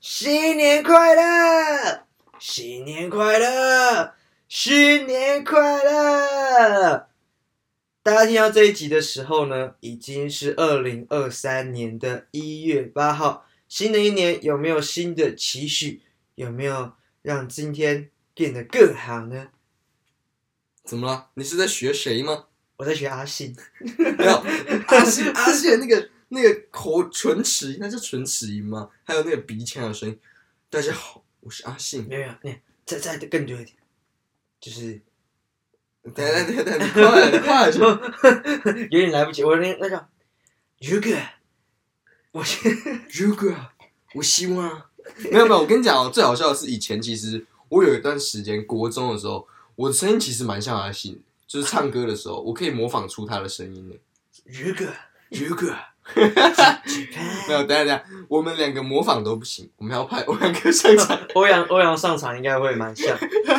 新年快乐，新年快乐，新年快乐！大家听到这一集的时候呢，已经是二零二三年的一月八号。新的一年有没有新的期许？有没有让今天变得更好呢？怎么了？你是在学谁吗？我在学阿信，没有，阿信阿信的那个那个口唇齿音，那是唇齿音吗？还有那个鼻腔的声音。大家好，我是阿信。没有没有，没有再再更多一点，就是 等一下等一下等一下，你快点你快点！有点来不及。我那那个，如果我先如果我希望，没有没有，我跟你讲哦，最好笑的是以前其实我有一段时间国中的时候，我的声音其实蛮像阿信的，就是唱歌的时候，我可以模仿出他的声音的。如果如果只没盼，有，等一下等一下，我们两个模仿都不行，我们要派我们两个 上场。 欧阳欧阳上场应该会蛮像。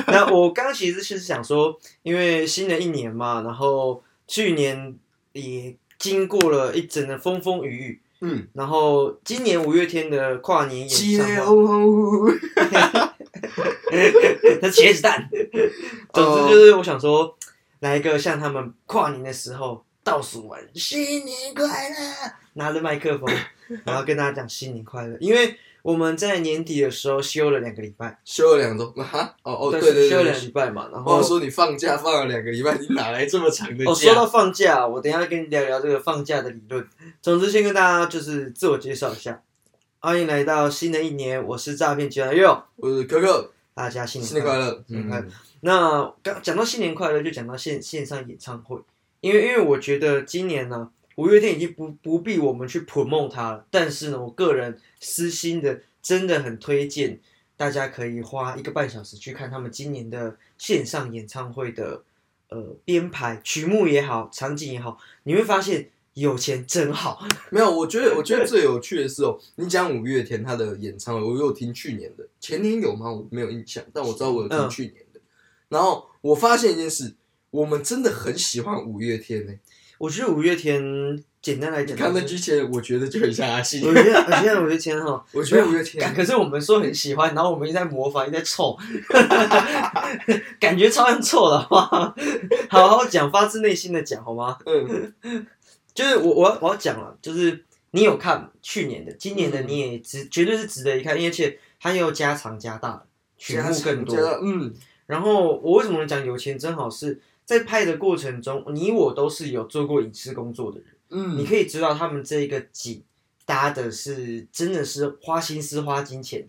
那我刚刚其实是想说，因为新的一年嘛，然后去年也经过了一整的风风雨雨，嗯，然后今年五月天的跨年演激唱烈会，哦。 那茄子蛋。 总之就是我想说，来一个像他们跨年的时候倒数完“新年快乐”，拿着麦克风，然后跟大家讲“新年快乐”，因为我们在年底的时候休了两个礼拜，休了两周，哈，哦哦，对对休了对两个礼对，拜嘛，然后我。说你放假放了两个礼拜，你哪来这么长的哦，说假？到放假，我等一下跟你聊聊这个放假的理论。总之，先跟大家就是自我介绍一下，欢迎来到新的一年，我是诈骗集团佑，我是可可，大家新新年年快乐快！乐！新年嗯快乐那刚讲到新年快乐，就讲到线线上演唱会，因为因为我觉得今年呢、五月天已经不不必我们去 promote 它了，但是呢，我个人私心的真的很推荐大家可以花一个半小时去看他们今年的线上演唱会的呃编排、曲目也好，场景也好，你会发现有钱真好，没有，我觉得我觉得最有趣的是哦，你讲五月天他的演唱会，我有听去年的，前年有吗？我没有印象，但我知道我有嗯听去年的。然后我发现一件事，我们真的很喜欢五月天呢。我觉得五月天简单来你讲，看那之前，我觉得就很像阿信。我觉得 我觉得五月天哈。 我觉得五月干天，可是我们说很喜欢，然后我们一直在模仿，一直在臭， 感觉超像臭的，好不好？ 好好讲，发自内心的讲，好吗？嗯，就是我我要我要讲了，就是你有看去年的，今年的嗯你也值，绝对是值得一看，因为而且它又加长加大了，曲目更加多。上嗯，然后我为什么能讲有钱真好是？在拍的过程中，你我都是有做过影视工作的人，嗯，你可以知道他们这一个景搭的是真的是花心思、花金钱，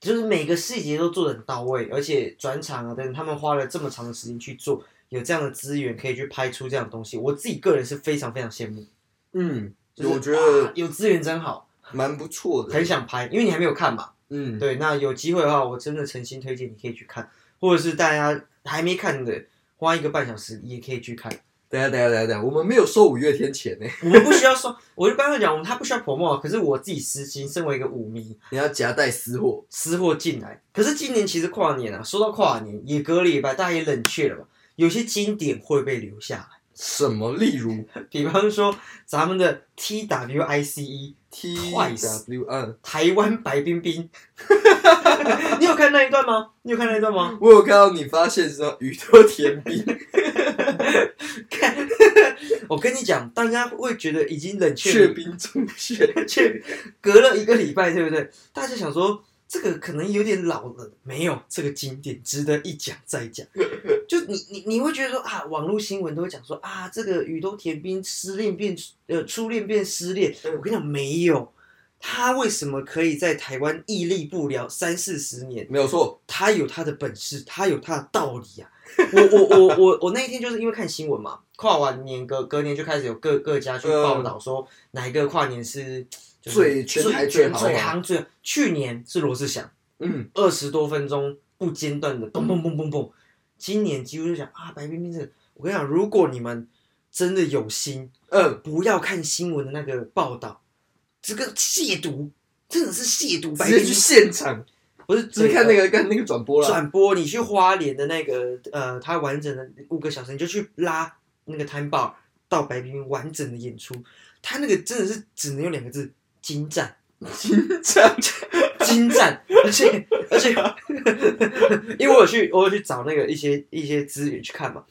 就是每个细节都做的很到位，而且转场啊等等，他们花了这么长的时间去做，有这样的资源可以去拍出这样的东西，我自己个人是非常非常羡慕。嗯，就是我觉得哇有资源真好，蛮不错的很。想拍，因为你还没有看嘛。嗯，对，那有机会的话，我真的诚心推荐你可以去看，或者是大家还没看的，花一个半小时也可以去看。等一下，等一下，等一下，等一下，我们没有收五月天钱呢， 我们不需要说， 我就刚刚讲，我们他不需要 promo，可是我自己私心，身为一个舞迷，你要夹带私货。私货进来。可是今年其实跨年啊，说到跨年，也隔了一拜，大家也冷却了吧？有些经典会被留下什么？例 如来，比方说咱们的 T W I C E T Twice W 嗯 N，台湾白冰冰， 你有看那一段吗？你有看那一段吗？我有看到你发现说宇多田 冰，我跟你讲，大家会觉得已经冷却却了，冰中学。 却隔了一个礼拜，对不对？大家想说这个可能有点老了，没有这个经典值得一讲再讲。就你你你会觉得说啊，网络新闻都会讲说啊，这个宇多田冰失恋变呃初恋变失恋，我跟你讲没有。他为什么可以在台湾屹立不摇三四十年？没有错，他有他的本事，他有他的道理啊！ 我我我我我那一天就是因为看新闻嘛， 跨完年隔隔年就开始有各各家去报道说哪一个跨年是、就是嗯最全台最好最行最。去年是罗志祥，嗯，二十多分钟不间断的嘣嘣嘣嘣嘣，今年几乎就讲啊白冰冰这个，我跟你讲，如果你们真的有心，嗯，不要看新闻的那个报道，这个亵渎真的是亵渎白直冰接冰，去现场，不是直接看个。那个看那个转播啦。转播，你去花莲的那个呃，它完整的五个小时，你就去拉那个 time bar 到白冰冰完整的演出，它那个真的是只能用两个字：精湛，这样精湛，而且而且， 因为我有去我有去找那个一些一些资源去看嘛，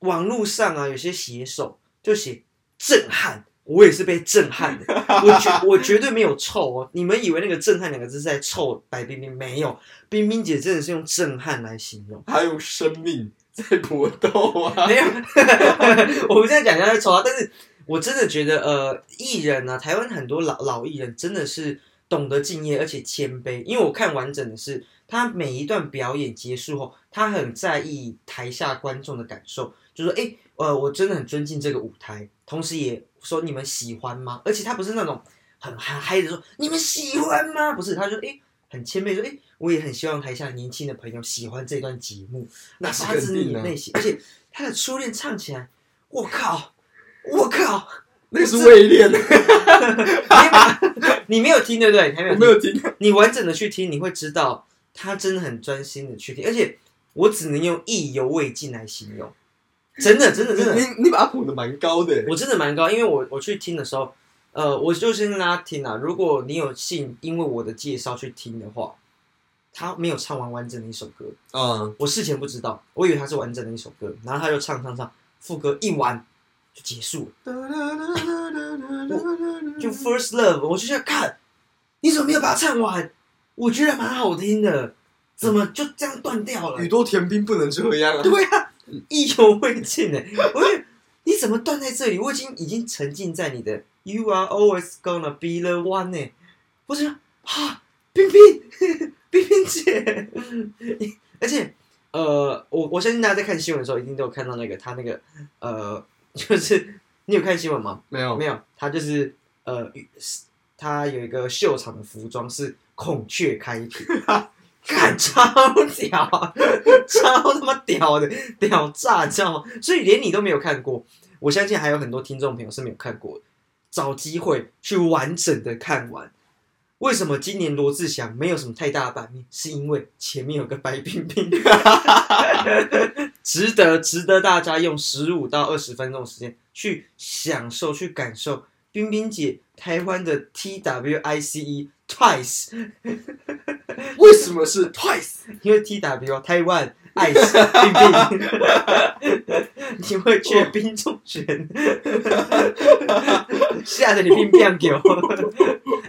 网络上啊有些写手就写震撼，我也是被震撼的，我绝我绝对没有臭哦，你们以为那个震撼两个字是在臭白冰冰没有，冰冰姐真的是用震撼来形容。还有生命在搏斗 啊！没有，我们现在讲人家在抽啊，但是我真的觉得，呃，艺人啊，台湾很多老老艺人真的是懂得敬业，而且谦卑。因为我看完整的是，他每一段表演结束后，他很在意台下观众的感受，就说，哎、呃，我真的很尊敬这个舞台，同时也说你们喜欢吗？而且他不是那种很嗨嗨的说你们喜欢吗？不是，他就哎、很谦卑地说，哎、我也很希望台下年轻的朋友喜欢这段节目，那是发自肯定你啊内心，而且他的初恋唱起来，我靠，我靠，那是位恋，你没有 你没有听对不对？你还没我有没听，有听。你完整的去听，你会知道他真的很专心的去听，而且我只能用意犹未尽来形容，真的，真的，真的，你你把它捧得蛮高的，我真的蛮高，因为我我去听的时候，呃，我就先跟大家听啊，如果你有幸因为我的介绍去听的话，他没有唱完完整的一首歌，嗯，我事前不知道，我以为他是完整的一首歌，然后他就唱唱唱，副歌一完就结束了，嗯就 First Love，我就想看，你怎么没有把它唱完？我觉得蛮好听的，怎么就这样断掉了？宇多田冰不能这样啊！对啊，意犹未尽哎！我就你怎么断在这里？我已经已经沉浸在你的 “You are always gonna be the one” 呢、我就想啊，冰 冰冰冰姐，而且呃，我我相信大家在看新闻的时候，一定都有看到那个他那个呃，就是你有看新闻吗？没有没有，他就是呃，是他有一个秀场的服装是孔雀开屏。干超屌，超他妈屌的，屌炸，你知道吗？所以连你都没有看过，我相信还有很多听众朋友是没有看过的，找机会去完整的看完。为什么今年罗志祥没有什么太大的版面？是因为前面有个白冰冰，值得值得大家用十五到二十分钟的时间去享受、去感受冰冰姐台湾的 T W I C E Twice 为什么是 Twice？因为 TW 台湾爱死冰冰，你会去冰中选，吓得你冰冰给我。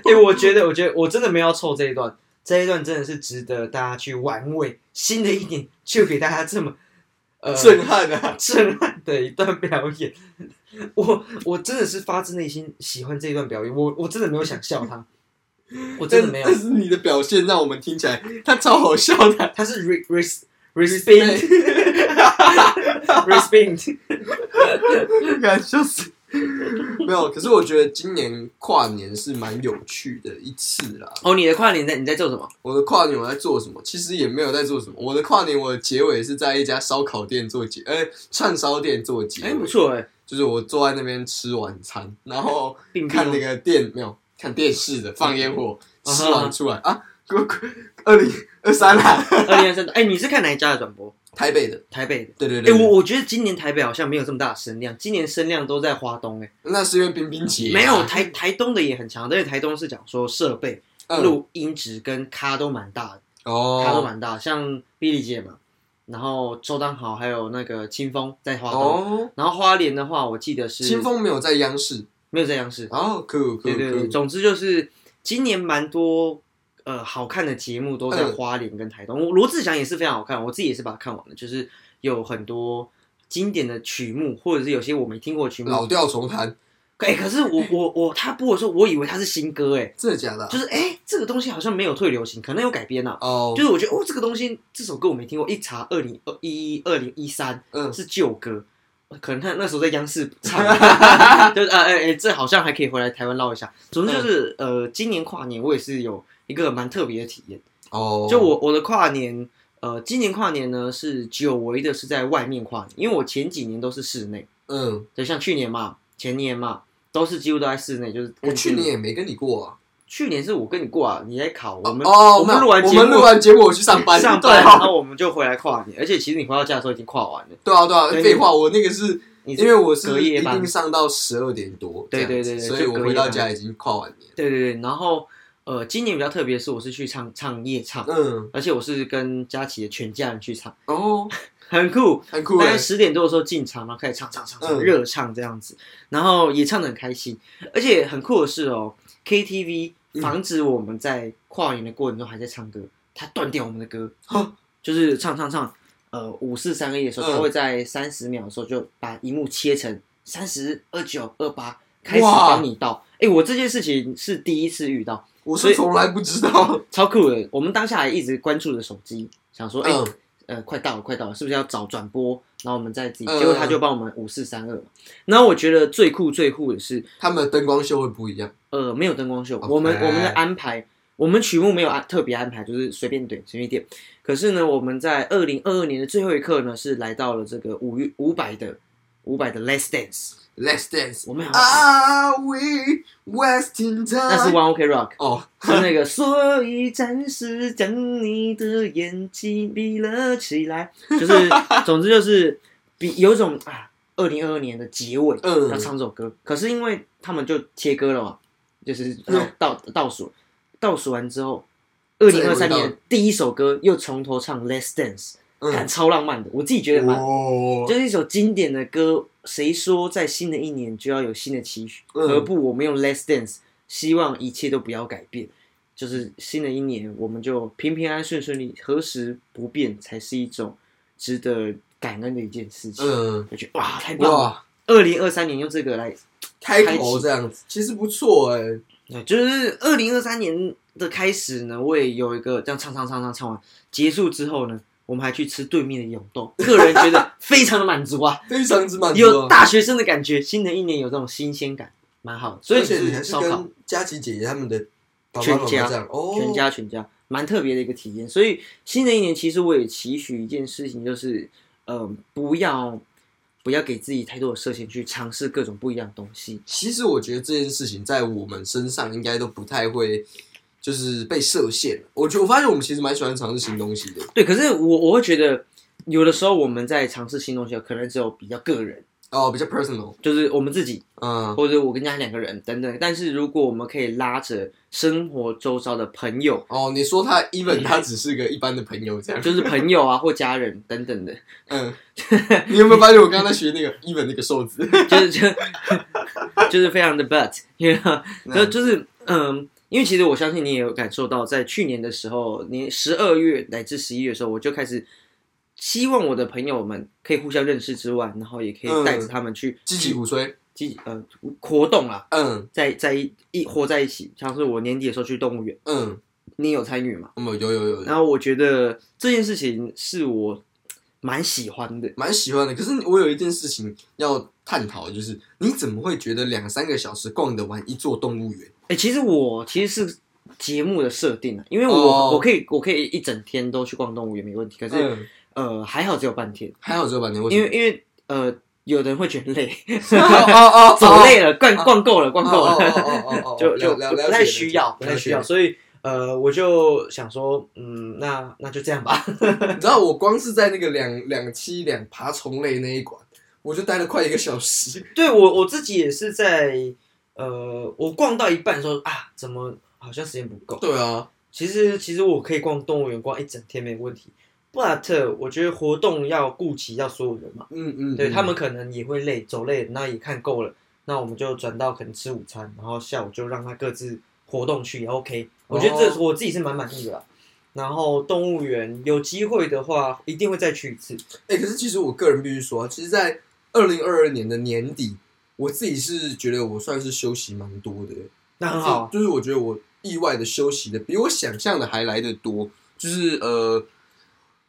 哎、我觉得，我觉得我真的没有要凑这一段，这一段真的是值得大家去玩味。新的一年就给大家这么呃震撼啊！震撼的一段表演，我我真的是发自内心喜欢这一段表演，我我真的没有想笑他，我真的没有但。但是你的表现让我们听起来，他超好笑的。他是 re res respect respect，感笑死！ 没有，可是我觉得今年跨年是蛮有趣的一次啦。 哦，你的跨年在你在做什么？我的跨年我在做什么？其实也没有在做什么。我的跨年我的结尾是在一家烧烤店做结，呃，串烧店做结尾，错哎，就是我坐在那边吃晚餐，然后并看那并个电没有看电视的放烟火，嗯吃完出来啊，过二零二三啦，二零三哎，你是看哪一家的转播？台北的，台北的。对对哎、对，我我觉得今年台北好像没有这么大的声量，今年声量都在华东哎、那是因为冰冰姐啊没有台台东的也很强，但是台东是讲说设备、嗯录音质跟咖都蛮大的，咖都哦蛮大的，像碧丽姐嘛，然后周丹豪还有那个清风在华东，哦，然后花莲的话我记得是清风没有在央视，没有在央视，哦，酷酷对对对，酷，总之就是今年蛮多呃好看的节目都在嗯花莲跟台东。我罗志祥也是非常好看，我自己也是把它看完了，就是有很多经典的曲目，或者是有些我没听过的曲目。老调重弹，哎、可是我我我他播的时候，我以为它是新歌、哎，真的假的啊就？是哎、这个东西好像没有退流行，可能有改编啊。哦就，是我觉得哦，这个东西这首歌我没听过，一查二零二一、二零一三嗯，是旧歌。可能他那时候在央视唱， 就是呃哎哎，这好像还可以回来台湾唠一下。总之就是、嗯呃，今年跨年我也是有一个蛮特别的体验。哦，就我我的跨年，呃，今年跨年呢是久违的是在外面跨年，因为我前几年都是室内，嗯，对，像去年嘛，前年嘛，都是几乎都在室内，就是我哦去年也没跟你过啊。去年是我跟你过啊，你在考我们哦，我没们有录完我节们目录。完节目我去上班，上对班，然哦啊，后我们就回来跨年，而且其实你回到家的时候已经跨完了。对啊，对啊，对废话，我那个是你是因为我是隔一夜班定上到十二点多，对对这样子对对所以就隔我夜回到班家已经跨完年。对对对，然后呃，今年比较特别的是，我是去唱唱夜唱，嗯，而且我是跟佳琪的全家人去唱，哦，很酷。很酷大哎概，十点多的时候进场，然后开始唱唱唱唱嗯热唱这样子，然后也唱的很开心，而且很酷的是哦，KTV 嗯防止我们在跨年的过程中还在唱歌，它断掉我们的歌哈， 就是唱唱唱，呃，五四三二一的时候，哦嗯它会在三十秒的时候就把荧幕切成三十二九二八，开始哇帮你倒。哎，我这件事情是第一次遇到，我所以是从来不知道，超酷的。我们当下还一直关注着手机，想说，哎、嗯呃，快到了，快到了，是不是要找转播？然后我们再自己，嗯结果他就帮我们五四三二。然后我觉得最酷最酷的是，他们的灯光秀会不一样，呃，没有灯光秀， OK 我们我们的安排，我们曲目没有安特别安排，就是随便点随便点。可是呢，我们在二零二二年的最后一刻呢，是来到了这个五月五百的五百的 Last Dance， Let's Dance 我们好像、啊 Are we wasting 那是 time？ One OK Rock。哦，是那个，所以暂时将你的眼睛闭了起 来，就是，总之就是比有一种啊，二零二二年的结尾嗯要唱这首歌，可是因为他们就切歌了嘛，就是倒倒数，倒数完之后，二零二三年的第一首歌又从头唱《Let's Dance》，感嗯，超浪漫的，我自己觉得蛮，哦，就是一首经典的歌。谁说在新的一年就要有新的期许？嗯何不我们用 Less Dance，希望一切都不要改变。就是新的一年，我们就平平安安、顺顺利，何时不变才是一种值得感恩的一件事情。嗯，我觉得哇，太棒了！哇，二零二三年用这个来，开开头启这样子其实不错哎，对就是二零二三年的开始呢，我也有一个这样唱唱唱唱唱完，结束之后呢，我们还去吃对面的永 豆，个人觉得非常的满足啊。非常之满足有啊。大学生的感觉，新的一年有这种新鲜感，蛮好的。所以而且你还是烧烤，跟哦佳琪姐姐他们的爸爸全妈妈家这样哦，全家全家，蛮特别的一个体验。所以新的一年，其实我也期许一件事情，就是呃，不要不要给自己太多的设限，去尝试各种不一样的东西。其实我觉得这件事情在我们身上应该都不太会，就是被设限。我觉得我发现我们其实蛮喜欢尝试新东西的，对，可是我我会觉得，有的时候我们在尝试新东西的时候，可能只有比较个人，哦，比较 personal，就是我们自己嗯或者我跟家两个人等等。但是如果我们可以拉着生活周遭的朋友哦，你说他嗯 even 他只是个一般的朋友这样，就是朋友啊或家人等等的，嗯，你有没有发现我刚刚在学那个 even 那个瘦子？就是 就就是非常的 but，因为就就是嗯，因为其实我相信你也有感受到，在去年的时候，你十二月乃至十一月的时候，我就开始希望我的朋友们可以互相认识之外，然后也可以带着他们去嗯积极鼓吹，积呃活动啦，嗯在在一一活在一起，像是我年底的时候去动物园，嗯，你有参与吗？嗯，有有有有，然后我觉得这件事情是我蛮喜欢的，蛮喜欢的。可是我有一件事情要探讨，就是你怎么会觉得两三个小时逛得完一座动物园？哎、其实我其实是节目的设定啊，因为我、哦我可以我可以一整天都去逛动物园没问题，可是、嗯，呃还好只有半天，还好只有半天，因为因为呃有的人会觉得累，哦哦哦，走累了，逛逛够了，逛够哦了，哦哦哦哦，就就了了不了不解太需要，了不解太需要，所以呃我就想说，嗯，那那就这样吧。 你知道我光是在那个两两栖两爬虫类那一馆，我就待了快一个小时。对我我自己也是在呃我逛到一半的时候啊，怎么好像时间不够，对啊，其实其实我可以逛动物园逛一整天没问题，but 我觉得活动要顾及到所有人嘛，嗯嗯，对嗯他们可能也会累，走累，那也看够了，那我们就转到可能吃午餐，然后下午就让他各自活动去也 OK，我觉得这哦我自己是蛮满意的啦。然后动物园有机会的话，一定会再去一次。哎、可是其实我个人必须说啊，其实，在二零二二年的年底，我自己是觉得我算是休息蛮多的，那很好啊，就就是我觉得我意外的休息的比我想象的还来得多，就是呃。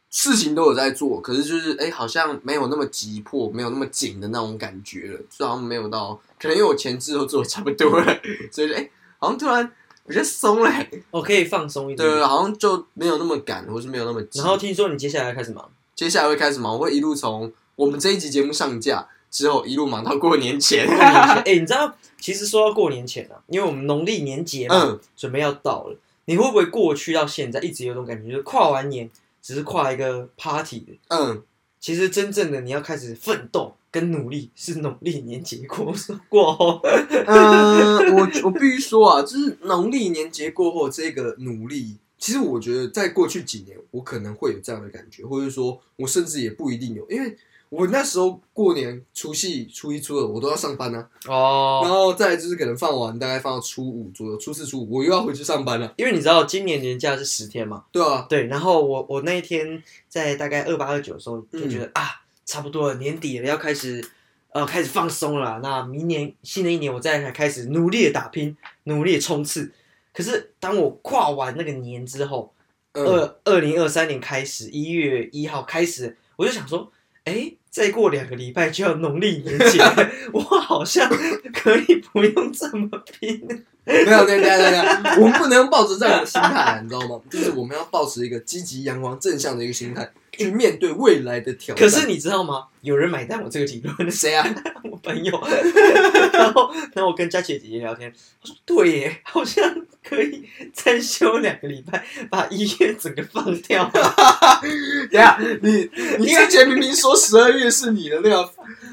事情都有在做，可是就是哎、好像没有那么急迫，没有那么紧的那种感觉了，就好像没有到，可能因为我前置都做的差不多了， 所以就哎、好像突然比较松了、啊我可以放松一点。对，啊好像就没有那么赶，或是没有那么急。然后听说你接下来开始忙，接下来会开始忙，我会一路从我们这一集节目上架之后，一路忙到过年前。 过年前，哎、你知道，其实说到过年前啊，因为我们农历年节嘛，嗯准备要到了，你会不会过去到现在一直有种感觉，就是跨完年只是跨一个 party 的，嗯，其实真正的你要开始奋斗跟努力是农历年结果我说过哦， 呃，我我必须说啊，就是农历年节过后这个努力，其实我觉得在过去几年，我可能会有这样的感觉，或者说，我甚至也不一定有，因为我那时候过年除夕、初一、初二我都要上班啊，然哦，后再来就是可能放完大概放到初五左右，初四、初五我又要回去上班了、因为你知道今年年假是十天嘛，对啊，对，然后我我那一天在大概二八二九的时候就觉得、啊，差不多了，年底了，要开始呃开始放松了啦。那明年新的一年，我再来开始努力的打拼，努力地冲刺。可是当我跨完那个年之后，嗯，二二零二三年开始，一月一号开始，我就想说，哎，再过两个礼拜就要农历年节了， 我好像可以不用这么拼。 没有，对对对对，我们不能抱着这样的心态，啊你知道吗？就是我们要保持一个积极、阳光、正向的一个心态去面对未来的挑战。可是你知道吗？有人买单我这个理论，谁啊？我朋友， 然后然后我跟佳琪姐姐聊天，她说对耶，好像可以再休两个礼拜，把一月整个放掉。 等一下，你你之前明明说十二月是你的那个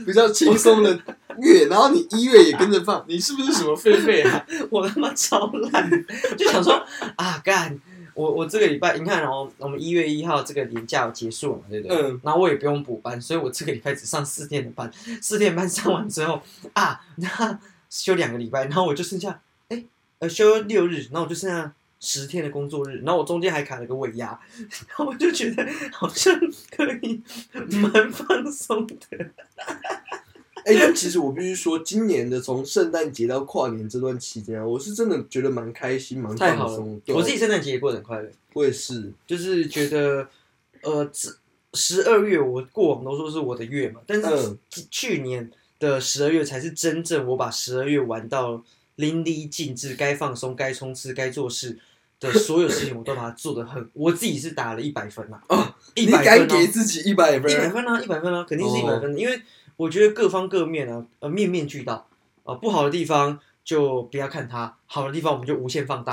比较轻松的月，然后你一月也跟着放，你是不是什么狒狒啊？我他妈超烂，就想说啊干，我我这个礼拜你看哦，我们一月一号这个年假结束了嘛，对不对？ 嗯然后我也不用补班，所以我这个礼拜只上四天的班，四天班上完之后啊，那休两个礼拜，然后我就剩下哎呃休六日，然后我就剩下十天的工作日，然后我中间还卡了个尾牙， 然后我就觉得好像可以 蛮放松的。哎、但其实我必须说，今年的从圣诞节到跨年这段期间啊，我是真的觉得蛮开心、蛮太好放了松的。对啊我自己圣诞节也过得很快乐。我也是，就是觉得，呃，这十二月我过往都说是我的月嘛，但是嗯去去年的十二月才是真正我把十二月玩到淋漓尽致，该放松、该冲刺、该做事的所有事情，我都把它做得很，我自己是打了一百分啦、哦一你百敢分给哦，自己一百一百分？分啊，一百分啊，肯定是一百哦分的，因为我觉得各方各面啊，呃，面面俱到，呃，不好的地方。就不要看它，好的地方我们就无限放 大。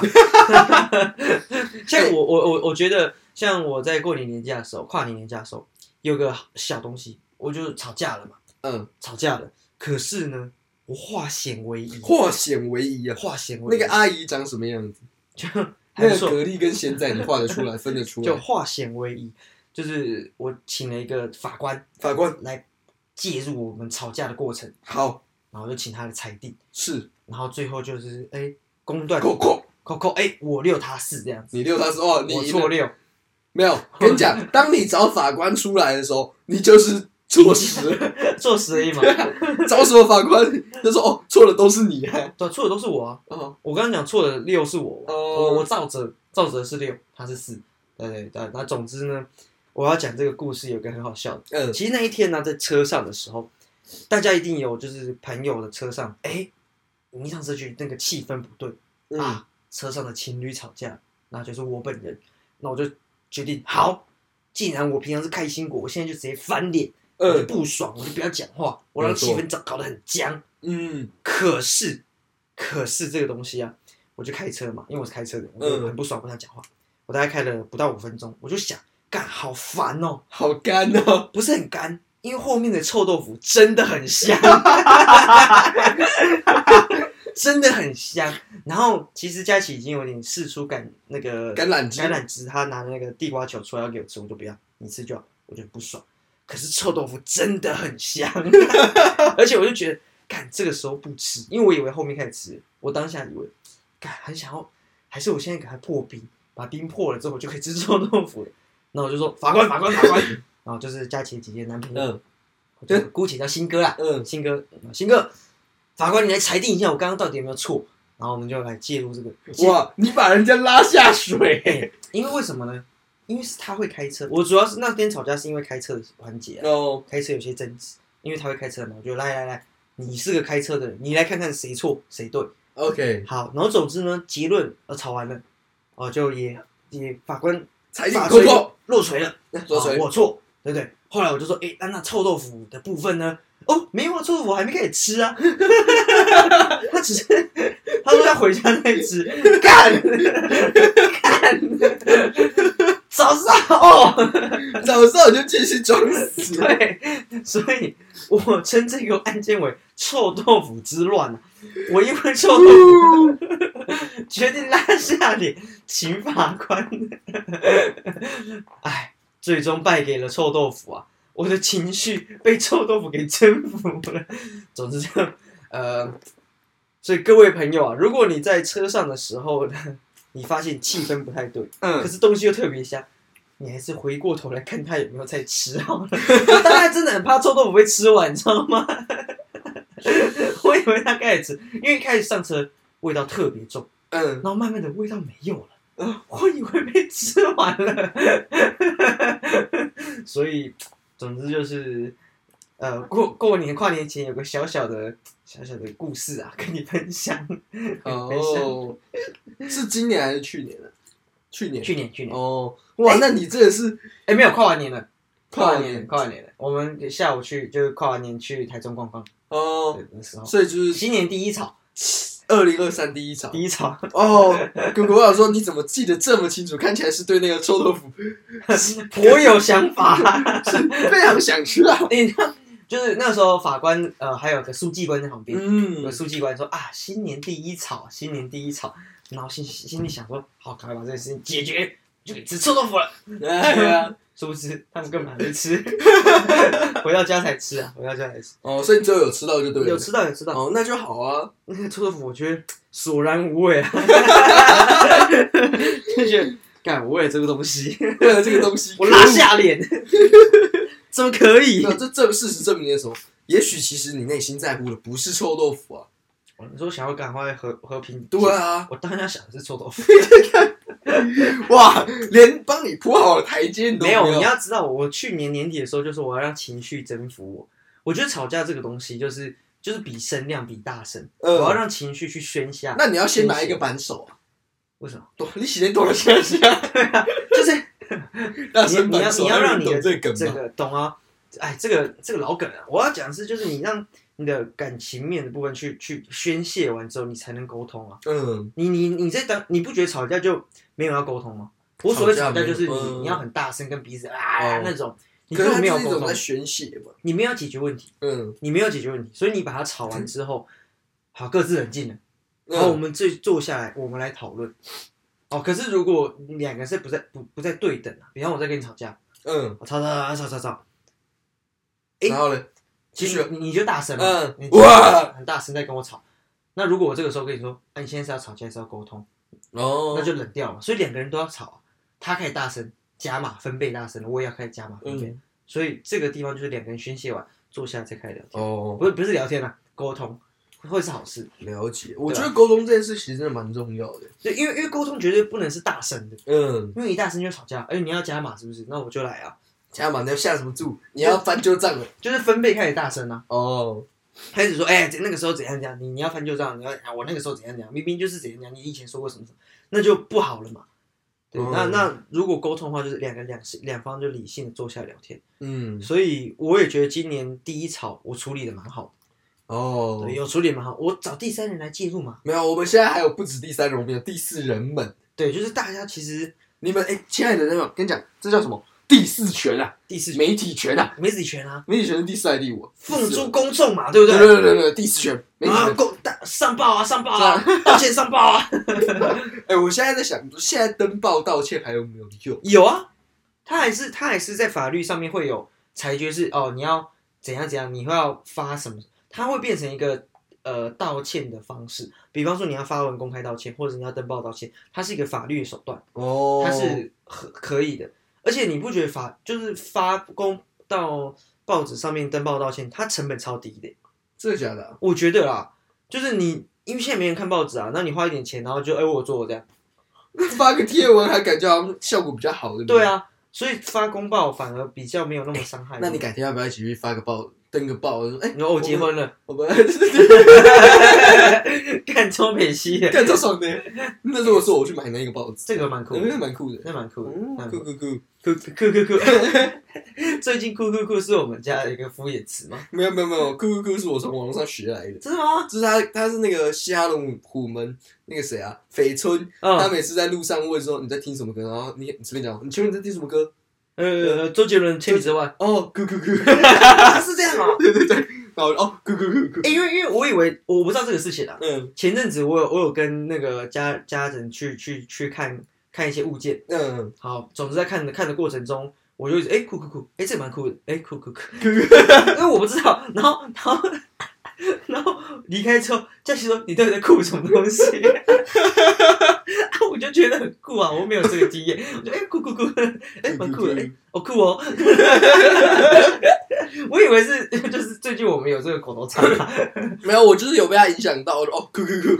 像我我我我觉得，像我在过年年假的时候，跨年年假的时候，有个小东西，我就吵架了嘛，嗯，吵架了。可是呢，我化险为夷，化险为夷啊！化险为那夷，个阿姨长什么样子？ 就还 不那个错，蛤蜊跟咸仔，你画得出来，分得出就来。化险为夷，就是我请了一个法官法官来介入我们吵架的过程，好然后就请他来裁定，是，啊然后最后就是哎公断扣扣，扣扣，哎我六他四这样子，你六他说哦，你我赢了错六，没有，跟你讲，当你找法官出来的时候，你就是坐实 了。坐实而已嘛，找什么法官？他说哦，错的都是你啊。对，错的都是我啊。哦，我刚刚讲错的六是我，啊哦我我照着照着是六，他是四，对对对。那总之呢，我要讲这个故事有个很好笑的。嗯，其实那一天呢、在车上的时候，大家一定有就是朋友的车上，哎、你上车去那个气氛不对、嗯，啊，车上的情侣吵架，那就是我本人，那我就决定好，既然我平常是开心果，我现在就直接翻脸，我就嗯，不爽，我就不要讲话，我让没错气氛搞搞得很僵。嗯，可是，可是这个东西啊，我就开车嘛，因为我是开车的，我就很不爽跟他讲话。我大概开了不到五分钟，我就想，干好烦哦，好干哦。不是很干，因为后面的臭豆腐真的很香，真的很香。然后其实佳琪已经有点试出感那个橄榄枝橄榄枝，他拿那个地瓜球出来要给我吃，我就不要，你吃就好，我就不爽。可是臭豆腐真的很香， 而且我就觉得，干这个时候不吃，因为我以为后面开始吃，我当下以为，干很想要，还是我现在给它破冰，把冰破了之后，我就可以吃臭豆腐了。那我就说法官，法官，法官，然后就是佳琪姐姐的男朋友，嗯对，姑且叫新哥啦，嗯新哥，新哥，法官你来裁定一下，我刚刚到底有没有错？然后我们就来介入这个，哇，你把人家拉下哎水。因为为什么呢？因为是他会开车，我主要是那天吵架是因为开车的环节、啊，哦，开车有些争执，因为他会开车嘛，我就来来来，你是个开车的人，你来看看谁错谁对。 OK，好，然后总之呢，结论呃吵完了，哦就也也法官裁定法扣锤扣，落锤了，落啊锤。我错，对不对？后来我就说，哎，那那臭豆腐的部分呢？哦，没有啊，臭豆腐我还没开始吃啊， 他只是 他说要回家再吃，干干，早上哦，早上我就继续装 死。对，所以我称这个案件为臭豆腐之乱啊我因为臭豆腐决定拉下脸，请法官。 哎，最终败给了臭豆腐啊！我的情绪被臭豆腐给征服了。总之这样，呃，所以各位朋友啊，如果你在车上的时候呢，你发现气氛不太对，可嗯，是东西又特别香，你还是回过头来看他有没有在吃好了。我大概真的很怕臭豆腐被吃完，你知道吗？ 我以为他开始吃，因为一开始上车味道特别重，嗯，然后慢慢的味道没有了，呃 我以为被吃完了， 所以总之就是。呃，过过年跨年前有个小小的小小的故事啊，跟你分享。 分享哦，是今年还是去年呢？啊去年。去年去年，哦，哇，那你真的是哎、没有跨完年了，跨完年了，年跨完年了。我们下午去，就是跨完年去台中逛逛哦，对的时候，所以就是新年第一场，二零二三第 一场第一场，哦。跟国宝说你怎么记得这么清楚？看起来是对那个臭豆腐 颇有想法。 是非常想吃啊。你知道，就是那时候法官呃，还有个书记官在旁边，哎有个嗯，书记官说啊，新年第一草，新年第一草。然后心心里想说，好，赶快把这件事情解决，就可以吃臭豆腐了。哎呀，殊不知他们根本还没吃， 回到家才吃啊，回到家才吃。哦，所以你最后有吃到就对了。有吃到有吃到，哦，那就好啊。 那个臭豆腐我觉得索然无 味啊，就觉得干我为了这个东西，为了这个东西，我拉下脸， 怎么可以可恶。？那这这事实证明了什么？也许其实你内心在乎的不是臭豆腐啊。你说想要赶快和和平？对，啊，我当然想的是臭豆腐。哇，连帮你铺好了台阶你都没有，你有。要知道，我去年年底的时候就说我要让情绪征服我。我觉得吵架这个东西就是就是比声量比大声，我要呃，让情绪去宣泄。那你要先拿一个扳手啊。为什么？多，你洗脸多了下下，就是 大你声你要扳你手。要让你懂的这个梗吗？个懂啊？哎，这个这个老梗啊，我要讲的是，就是你让你的感情面的部分去去宣泄完之后，你才能沟通啊。嗯，你你你在当你不觉得吵架就没有要沟通吗？我所谓吵吵架架没就有是你、嗯你要很大声跟彼此啊、哦那种，你可根本是它没有就是一沟种通在，宣泄嘛。你没有解决问题，嗯，你没有解决问题，所以你把它吵完之后，好各自冷静了，然后我哦，们这坐下来，我们来讨论。哦，可是如果两个是不在不不在对等啊，比方我在跟你吵架，嗯，我吵吵吵吵吵吵，诶然后呢？继续。你你就大声嘛，嗯你哇很大声在跟我吵。那如果我这个时候跟你说，哎、你现在是要吵架还是要沟通，哦，那就冷掉了。所以两个人都要吵啊，他开始大声加码分贝大声了，我也要开始加码分贝。嗯，所以这个地方就是两个人宣泄完，坐下来再开始聊天，哦不，是不是聊天啊，沟通会是好事。了解。啊我觉得沟通这件事其实真的蛮重要的。对，因为因为沟通绝对不能是大声的，嗯，因为一大声就吵架。哎、你要加码是不是？那我就来啊，加嘛，你要下什么注？你要翻旧账了。就是分贝开始大声啊。哦，开始说，哎、那个时候怎样怎样，你你要翻旧账，你要啊，我那个时候怎样怎样，明明就是怎样怎样，你以前说过什么什么，那就不好了嘛。对，嗯那那如果沟通的话，就是两个两两方就理性的坐下聊天。嗯，所以我也觉得今年第一吵我处理的蛮好的，哦对，，有处理得蛮好。我找第三人来介入嘛，没有，我们现在还有不止第三人，我们有第四人们。对，就是大家其实你们哎，亲爱的那种，跟你讲，这叫什么？第四权啊，第四媒体权啊，媒体权啊，媒体权是第四还是第五啊？奉第四诸吧。公众嘛，对不对对？对对对，第四权，媒体啊，权。公大上报啊，上报啊， 道歉上报啊，哎，我现在在想，现在登报道歉还有没有用？有啊，他还是他还是在法律上面会有裁决是哦，你要怎样怎样，你会要发什么，它会变成一个呃道歉的方式，比方说你要发文公开道歉，或者你要登报道歉，它是一个法律手段，哦它是可可以的，而且你不觉得发就是发公到报纸上面登报道歉，它成本超低的，真的假的 啊？我觉得啦，就是你因为现在没人看报纸啊，那你花一点钱，然后就哎、我做我这样。发个贴文还感觉好像效果比较好，对不对啊对，啊，所以发公报反而比较没有那么伤害。那你改天要不要一起去发个报，登个报，我说哎，你说我结婚了，我们 干 看超美西的，这爽的。那如果说我去买那个报纸，这个蛮酷那的，蛮酷的，那蛮酷的，那嗯蛮酷酷的酷酷。酷酷酷酷酷。 最近酷酷酷是我们家的一个敷衍词吗？没有没有没有，酷酷酷是我从网络上学来的。真的吗？就是他，他是那个嘻哈龙虎门那个谁啊，绯村，他嗯，每次在路上问说你在听什么歌，然后你你随便讲，你请问你在听什么歌？呃，周杰伦千里之 外，哦，酷酷酷，是这样 哦。 对对对，然后我就哦，酷酷酷酷，哎，因为因为我以为我不知道这个事情啊，嗯前阵子我有我有跟那个家家人去去去看看一些物件，嗯，好，总之在看的看的过程中，我就一直哎酷酷酷，哎这蛮酷的，哎酷酷酷，酷酷，因为我不知道，然后然后然后离开之后，佳琪说你到底在酷什么东西？ 啊，我就觉得很酷啊，我没有这个经验，我就哎酷酷酷，哎蛮酷的，哎好酷哦， 我以为是就是最近我们有这个口头禅啊，哎没有，我就是有被他影响到，我就哦，酷酷酷，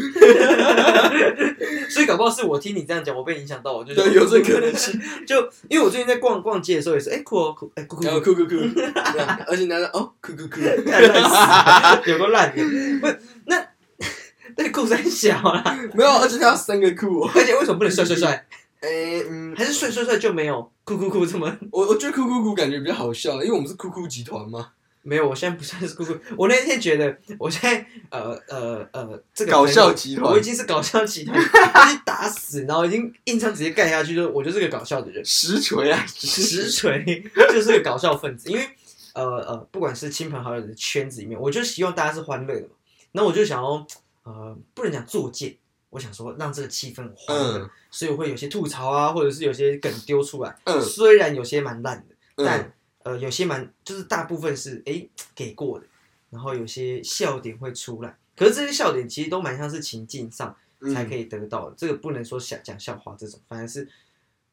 所以搞不好是我听你这样讲，我被影响到，我就觉得对，有这个可能性，就因为我最近在逛逛街的时候也是，哎、酷哦酷，哎、酷酷然后酷，酷酷酷，这样而且男的哦，酷酷酷， 干烂 死了，有个烂的，不是那 那酷三小啊啦，没有，而且他有三个酷哦， 而且为什么不能帅帅帅？哎嗯，还是帅帅帅就没有酷酷酷这么？ 我我觉得酷酷酷感觉比较好笑，因为我们是酷酷集团嘛，没有，我现在不算是酷酷，我那天觉得我现在呃呃呃这个搞朋友笑集团我已经是搞笑集团，已经打死，然后已经硬撑直接盖下去，就是我就是个搞笑 的人。实锤啊，实实锤就是个搞笑分子，因为呃呃，不管是亲朋好友的圈子里面，我就希望大家是欢乐的嘛。然后我就想要呃，不能讲作贱，我想说让这个气氛欢乐，嗯所以我会有些吐槽啊，或者是有些梗丢出来。嗯虽然有些蛮烂的，但、嗯，呃有些蛮就是大部分是诶给过的，然后有些笑点会出来。可是这些笑点其实都蛮像是情境上才可以。以得到的，这个不能说想讲笑话这种，反而是，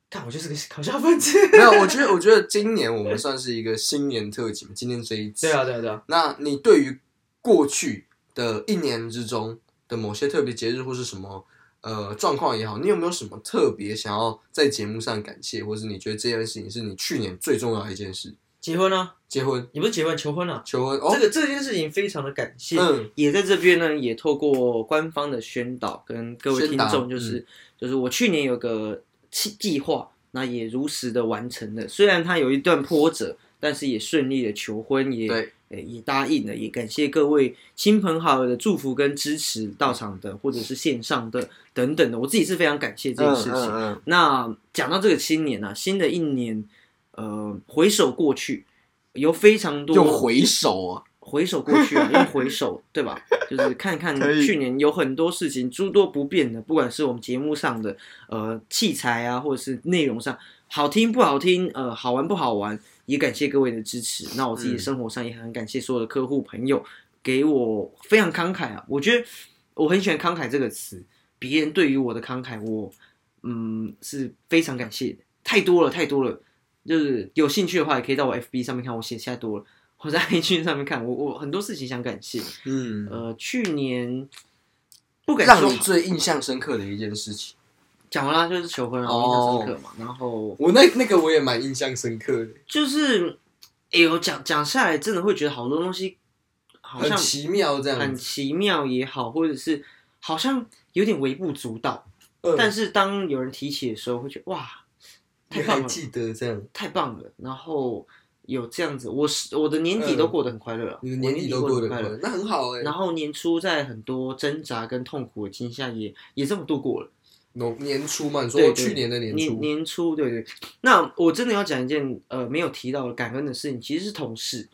看我就是个 搞笑分子。没有，我觉得我觉得今年我们算是一个新年特辑嘛，今天这一集。对啊，对啊，对啊。那你对于过去的一年之中的某些特别节日或是什么呃状况也好，你有没有什么特别想要在节目上感谢，或是你觉得这件事情是你去年最重要的一件事？结婚啊，结婚、也不是结婚，求婚啊。求婚哦这，个这件事情非常的感谢，嗯也在这边呢，也透过官方的宣导跟各位宣听导嗯众，就是、就是我去年有个计计划，那也如实的完成了。虽然它有一段波折，但是也顺利的求婚，也对呃也答应了，也感谢各位亲朋好友的祝福跟支持，到场嗯的或者是线上的等等的，我自己是非常感谢这件事情。嗯那讲到这个新年啊，新的一年，呃，回首过去，有非常多用回首啊，回首过去啊，用回首对吧？就是看看可以去年有很多事情诸多不便的，不管是我们节目上的呃器材啊，或者是内容上好听不好听，呃好玩不好玩，也感谢各位的支持。那我自己嗯生活上也很感谢所有的客户朋友给我非常慷慨啊，我觉得我很喜欢慷慨这个词，别人对于我的慷慨，我嗯是非常感谢的，太多了太多了。就是有兴趣的话，也可以到我 FB 上面看，我写太多了。我在 iTunes 上面看，我我很多事情想感谢。嗯，呃，去年不敢让说你最印象深刻的一件事情。讲完啦，就是求婚啊，哦我印象深刻嘛。然后我那那个我也蛮印象深刻的，就是，哎、呦，讲讲下来，真的会觉得好多东西好很像奇妙这样很子。奇妙也好，或者是好像有点微不足道。嗯但是当有人提起的时候，会觉得哇，太你还棒了，记得这样？太棒了。然后有这样子，我是我的年底都过得很快乐了，嗯你的我年底底都过过很得快快乐乐。，那很好哎、然后年初在很多挣扎跟痛苦的惊吓也也这么度过了。农年初嘛，你对说对去年的年年初，年初，对对。那我真的要讲一件呃没有提到的感恩的事情，其实是同事，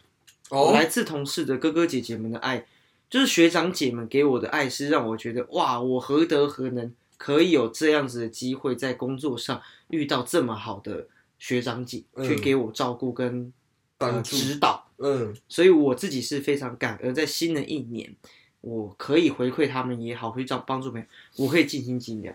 哦，来自同事的哥哥姐姐们的爱，就是学长姐们给我的爱，是让我觉得哇，我何德何能可以有这样子的机会，在工作上遇到这么好的学长姐，嗯去给我照顾跟、呃帮助指导。嗯，所以我自己是非常感恩，在新的一年，我可以回馈他们也好，去找帮助别人，我可以尽心尽量，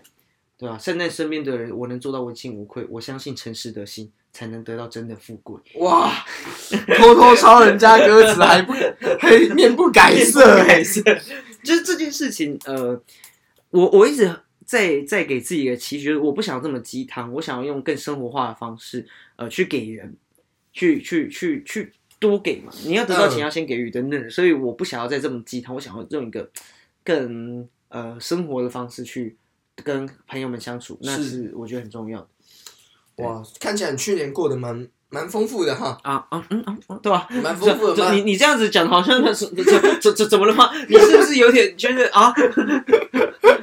对吧、善待身边的人，我能做到问心无愧。我相信诚实的心才能得到真的富贵。哇， 偷偷抄人家歌词还不还面不改 色，改色，就是这件事情，呃，我我一直在在给自己一个期许，就是我不想这么鸡汤，我想要用更生活化的方式，呃，去给人，去去去去多给嘛，你要得到钱嗯要先给予等等的，所以我不想要再这么鸡汤，我想要用一个更呃生活的方式去跟朋友们相处，那是是我觉得很重要的哇，看起来你去年过得蛮蛮丰富的哈，啊啊嗯啊啊，对吧、蛮丰 这富的这嘛。你你这样子讲，好 像那是怎怎怎怎么了吗？你是不是有点觉得啊？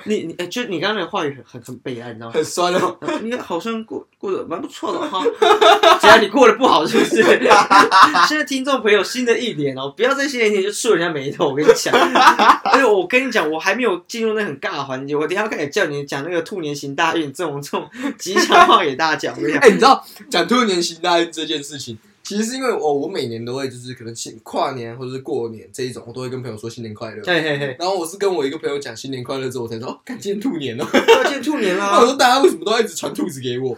你你呃就你刚才的话语很很很悲哀，你知道吗？很酸 哦，你好像过过得蛮不错的哈， 只要你过得不好，是不是？ 现在听众朋友新的一年哦，不要在新的一年就触人家眉头。我跟你讲， 而且我跟你讲，我还没有进入那很尬的环节，我等一下开始叫你讲那个兔年行大运这种这种吉祥话给大家。我跟 你讲，哎、你知道讲兔年行大运这件事情，其实是因为我我每年都会就是可能新跨年或者是过年这一种，我都会跟朋友说新年快乐。嘿嘿嘿，然后我是跟我一个朋友讲新年快乐之后，我才说哦，看见兔年了。要见兔年 啊那我啦！说大家为什么都要一直传兔子给我？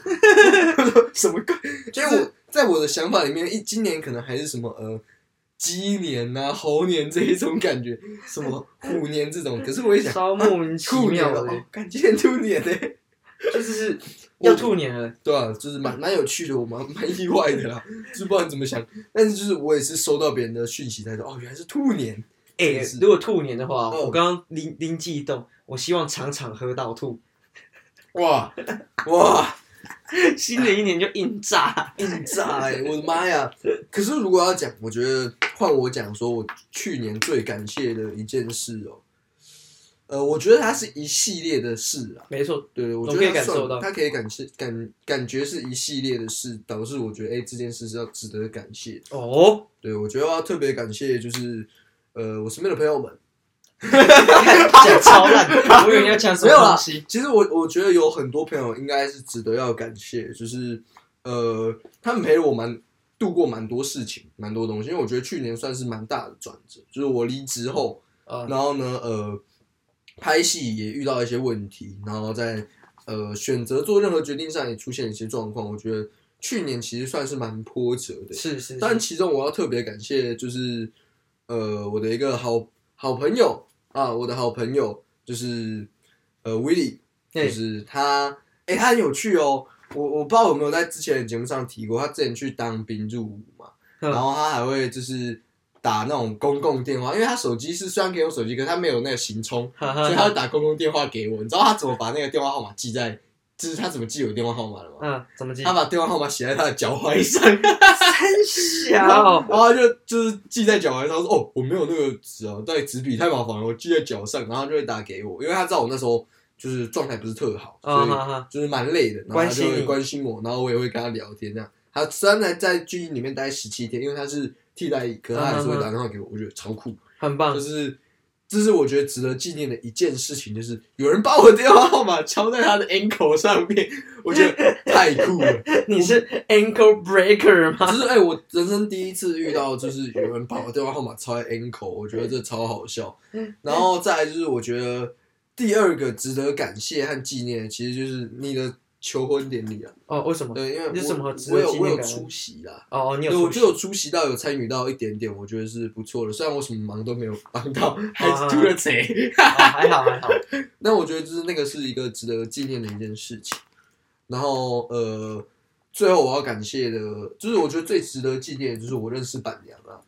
什么鬼？所以我在我的想法里面，一今年可能还是什么呃鸡年呐、猴年这一种感 觉，什么虎年这种。可是我也想，超莫名其啊兔年妙了，的。哦看见兔年呢、就是我要兔年了， 对啊，就是蛮蛮有趣的，我蛮蛮意外的啦， 就是不知道你怎么想。但是就是我也是收到别人的讯息，才说哦，原来是兔年。哎、是如果兔年的话，嗯我刚刚灵灵机一动，我希望场场喝到 吐，哇 哇，新的一年就硬炸。硬炸欸！我的妈呀！可是如果要讲，我觉得换我讲，说我去年最感谢的一件事哦、呃，我觉得它是一系列的事啊，没错，对，我我觉得可以它感算受到它可以感谢感感觉是一系列的事，导致我觉得哎、这件事是要值得感谢的。哦，对，我觉得要特别感谢就是呃我身边的朋友们，讲超 烂，我以为你要讲什没么有啦东西。其实我我觉得有很多朋友应该是值得要感谢，就是呃，他们陪我蛮度过蛮多事情，蛮多东西。因为我觉得去年算是蛮大的转折，就是我离职后，啊，然后呢，呃，拍戏也遇到一些问题，然后在呃选择做任何决定上也出现一些状况。我觉得去年其实算是蛮波折的，是是，但是其中我要特别感谢就是呃我的一个好好朋友啊，我的好朋友就是呃 Willy，对就是他，哎、他很有趣哦。我我不知道有没有在之前的节目上提过，他之前去当兵入伍嘛，嗯然后他还会就是打那种公共电话，因为他手机是虽然给我手机，可是他没有那个行充，哈哈所以他哈会打公共电话给我。你知道他怎么把那个电话号码记在，就是他怎么记我电话号码的吗？嗯，怎么记？他把电话号码写在他的脚踝上，三 然后小，然后就就是记在脚踝上，说哦，我没有那个纸啊，带纸笔太麻烦了，我记在脚上，然后他就会打给我，因为他知道我那时候就是状态不是特好，所啊以哈哈，就是蛮累的，然后他关就心会你关心我，然后我也会跟他聊天这样。他虽然在在军营里面待十七天，因为他是替代役，可是他还是会打电话给我，我觉得超酷，很棒就。是。这是我觉得值得纪念的一件事情，就是有人把我的电话号码敲在他的 ankle 上面，我觉得太酷了。你是 ankle breaker 吗？ 就是哎、我人生第一次遇到，就是有人把我电话号码抄在 ankle，我觉得这超好笑。嗯然后再来就是，我觉得第二个值得感谢和纪念，其实就是你的求婚典礼啊。哦，为什么？对，因为你是我什么值我得有纪我念有感出席啦。哦，哦你有对，我出就息有出席到，有参与到一点点，我觉得是不错的。虽然我什么忙都没有 帮到，还是 出了贼。哦还好还好。那我觉得就是那个是一个值得纪念的一件事情。然后呃，最后我要感谢的，就是我觉得最值得纪念的就是我认识板娘啊，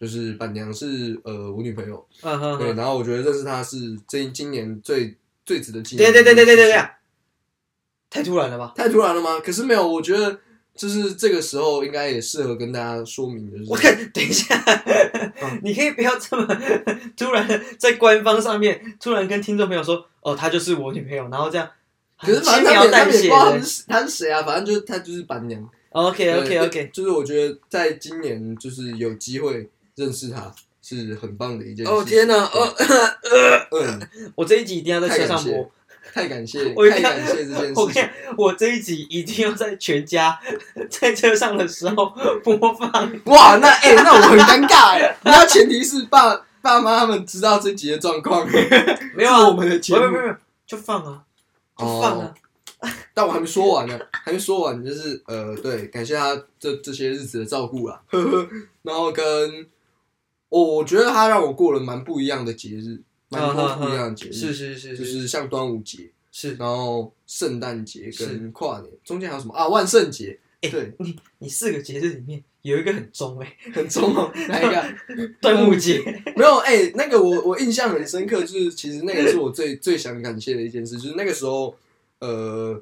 就是板娘是呃我女朋友，嗯哼对，哼，然后我觉得认识她是这今年最最值得纪对念。对对对对对，对，太突然了吧？太突然了吗？可是没有，我觉得。就是这个时候，应该也适合跟大家说明，就是嗯我看，等一下， 你可以不要这么突然在官方上面突然跟听众朋友说，哦，她就是我女朋友，然后这样，可是轻反正他描们他淡们也不写知道他的。是他是谁啊，反正就是他就是板娘。 OK OK 对 OK，就就是我觉得在今年就是有机会认识他是很棒的一件事。哦天哪，哦，嗯，我这一集一定要在车上太感播，太感谢，我一太定要感谢这件我事情看。我这一集一定要在全家在车上的时候播放。哇，那哎、那我很尴尬哎。 那前提是爸爸妈他们知道这集的状况，没有这是啊，我们的没节有没有没目。哦有，就放啊，就放啊。但我还没说完呢，还没说完，就是呃，对，感谢他这这些日子的照顾啦， 呵呵。然后跟我、我觉得他让我过了蛮不一样的节日，蛮多不一样的节日，嗯是是是就是是像端午节，是，然后圣诞节是跟跨年中间还有什么啊？万圣节，哎对，你四个节日里面有一个很中哎、很重 哦，哪一个？端午节，没有哎、那个我我印象很深刻，就是其实那个是我最 最想感谢的一件事，就是那个时候，呃，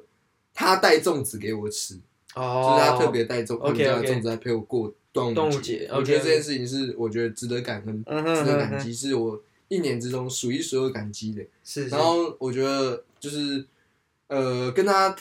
他带粽子给我吃，哦就是他特别带粽，他们 OK，OK 家的粽子来陪我过端端午午节节。 ，OK，我觉得 OK 这件事情是我觉得值得感恩、嗯值哼得嗯感哼，激，是我一年之中数一数二感激的。是，然后我觉得就是呃，跟他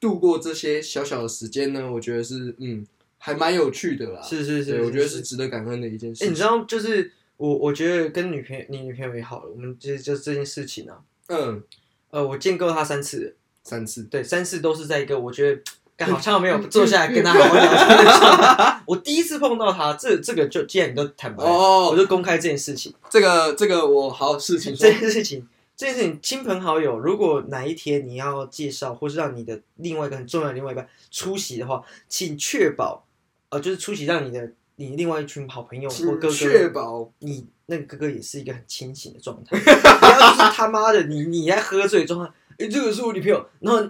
度过这些小小的时间呢，我觉得是嗯，还蛮有趣的啦。是是是对，是，我觉得是是值得感恩的一件哎、事你知情。道，就是我我觉得跟女朋友，你女朋友也好了，我们就就这件事情啊，嗯，呃，我见过她三次，三次。对，三次都是在一个我觉得干好像没有坐下来跟她好好聊天的状态。 我第一次碰到她，这这个就既然你都坦白了，我哦，就公开这件事情，这个这个我好事情说这，件事情。这件事情，亲朋好友，如果哪一天你要介绍，或是让你的另外一个很重要的另外一半出席的话，请确保，呃，就是出席让你的你另外一群好朋友或哥请哥确保你那个哥哥也是一个很清醒的状态， 然后就是他妈的你你在喝醉的状态，哎、这个是我女朋友，然后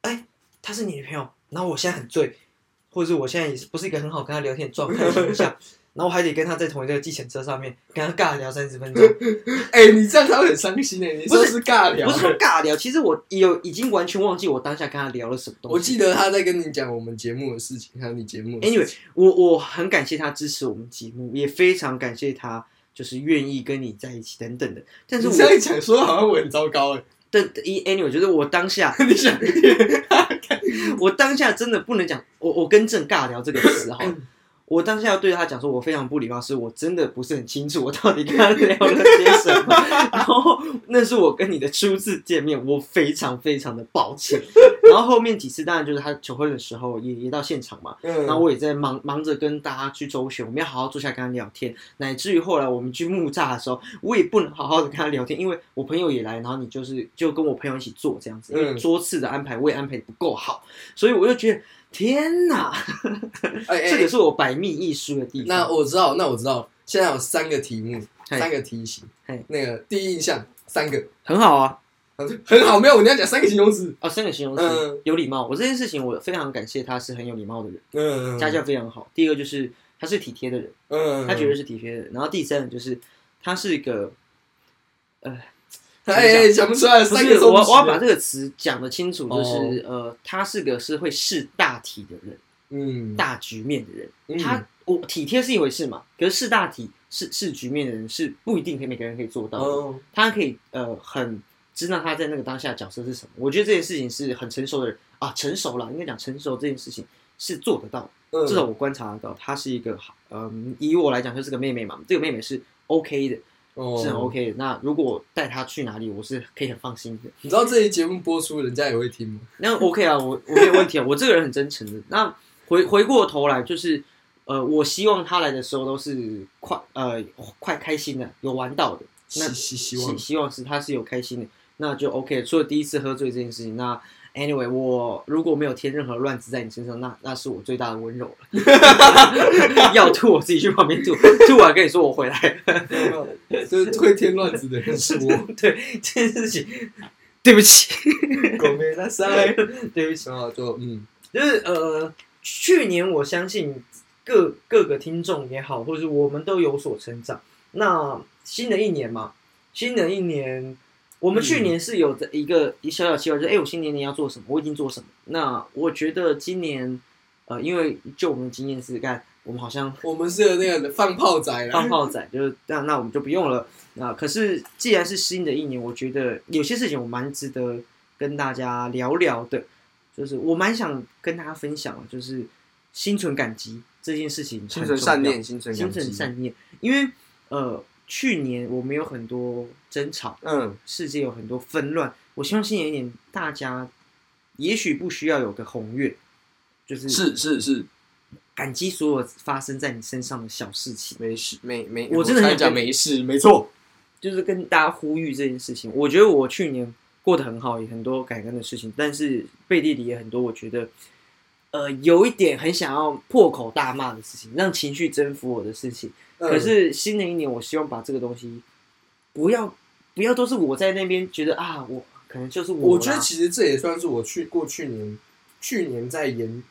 哎、她是你女朋友，然后我现在很醉，或者是我现在也是不是一个很好跟她聊天的状态的情况 下，然后我还得跟她在同一个计程车上面跟她尬聊三十分钟，哎、你这样他会很伤心哎、你不说是是尬聊不是，说尬聊，其实我有已经完全忘记我当下跟她聊了什么东我西。记得他在跟你讲我们节目的事情，还有你节目的事情。 Anyway，我我很感谢她支持我们节目，也非常感谢她就是愿意跟你在一起等等的，但是你我这样讲说好像我很糟糕哎、但一 anyway 就是我当下 你想， 我当下真的不能讲，我我跟正尬聊这个词 好了。嗯我当下要对他讲说，我非常不礼貌，是我真的不是很清楚我到底跟他聊了些什么。然后那是我跟你的初次见面，我非常非常的抱歉。然后后面几次当然就是他求婚的时候也也到现场嘛，嗯，然后我也在忙忙着跟大家去周旋，我们要好好坐下来跟他聊天，乃至于后来我们去木栅的时候，我也不能好好的跟他聊天，因为我朋友也来，然后你就是就跟我朋友一起坐这样子，因为嗯桌次的安排我也安排的不够好，所以我就觉得天哪，哎哎、这个是我百密一疏的地方。那我知道，那我知道，现在有三个题目，嘿三个题型嘿。那个第一印象，三个很好啊，很好，没有，你要讲三个形容词。啊，三个形容词、嗯有礼貌，我这件事情我非常感谢他是很有礼貌的人，嗯，家教非常好。第二个就是他是体贴的人。嗯，他绝对是体贴的人。然后第三个就是他是一个，呃，哎，哎，讲不出来，不三个是我中我要把这个词讲的清楚，就是、哦呃，他是个是会视大体的人，嗯，大局面的人。嗯他我体贴是一回事嘛，可是视大体视视局面的人是不一定可以每个人可以做到的。哦，他可以呃很知道他在那个当下的角色是什么。我觉得这件事情是很成熟的人啊，成熟了，应该讲成熟这件事情是做得到的。嗯至少我观察得到，她是一个好，嗯，以我来讲就是个妹妹嘛，这个妹妹是 OK 的，哦是很 OK 的。那如果我带她去哪里，我是可以很放心的。你知道这一节目播出，人家也会听吗？那 OK 啊，我我没有问题啊，我这个人很真诚的。那回回过头来就是，呃，我希望她来的时候都是快呃快开心的，有玩到的。那希希希希望，希望是她是有开心的，那就 OK。除了第一次喝醉这件事情，那 anyway，我如果没有添任何乱子在你身上，那那是我最大的温柔了。要吐我自己去旁边吐，吐完跟你说我回来。 就是会添乱子的人是我。对这件事情，对不起，狗没那塞，对不起。然后就嗯，就是呃，去年我相信各各个听众也好，或者是我们都有所成长。那新的一年嘛，新的一年，我们去年是有着一个一小小期望，就是哎、我新年年要做什么，我已经做什么。那我觉得今年，呃，因为就我们的经验是干，我们好像我们是那个放炮仔啦放。炮仔，就是那那我们就不用了。那可是既然是新的一年，我觉得有些事情我蛮值得跟大家聊聊的，就是我蛮想跟大家分享的，就是心存感激这件事情很重要，心存心存，善念，因为呃去年我们有很多争吵，嗯，世界有很多纷乱，我希望新的一年大家也许不需要有个宏愿，就是是是是，感激所有发生在你身上的小事情。没事，没没，我真的很嗯差想点讲跟没事，没错。就是跟大家呼吁这件事情。我觉得我去年过得很好，也很多感恩的事情，但是背地里也很多，我觉得呃有一点很想要破口大骂的事情，让情绪征服我的事情。嗯可是新的一年，我希望把这个东西不要不要都是我在那边觉得啊，我可能就是嗯我啦觉得其实这也算是我去过去年，去年在演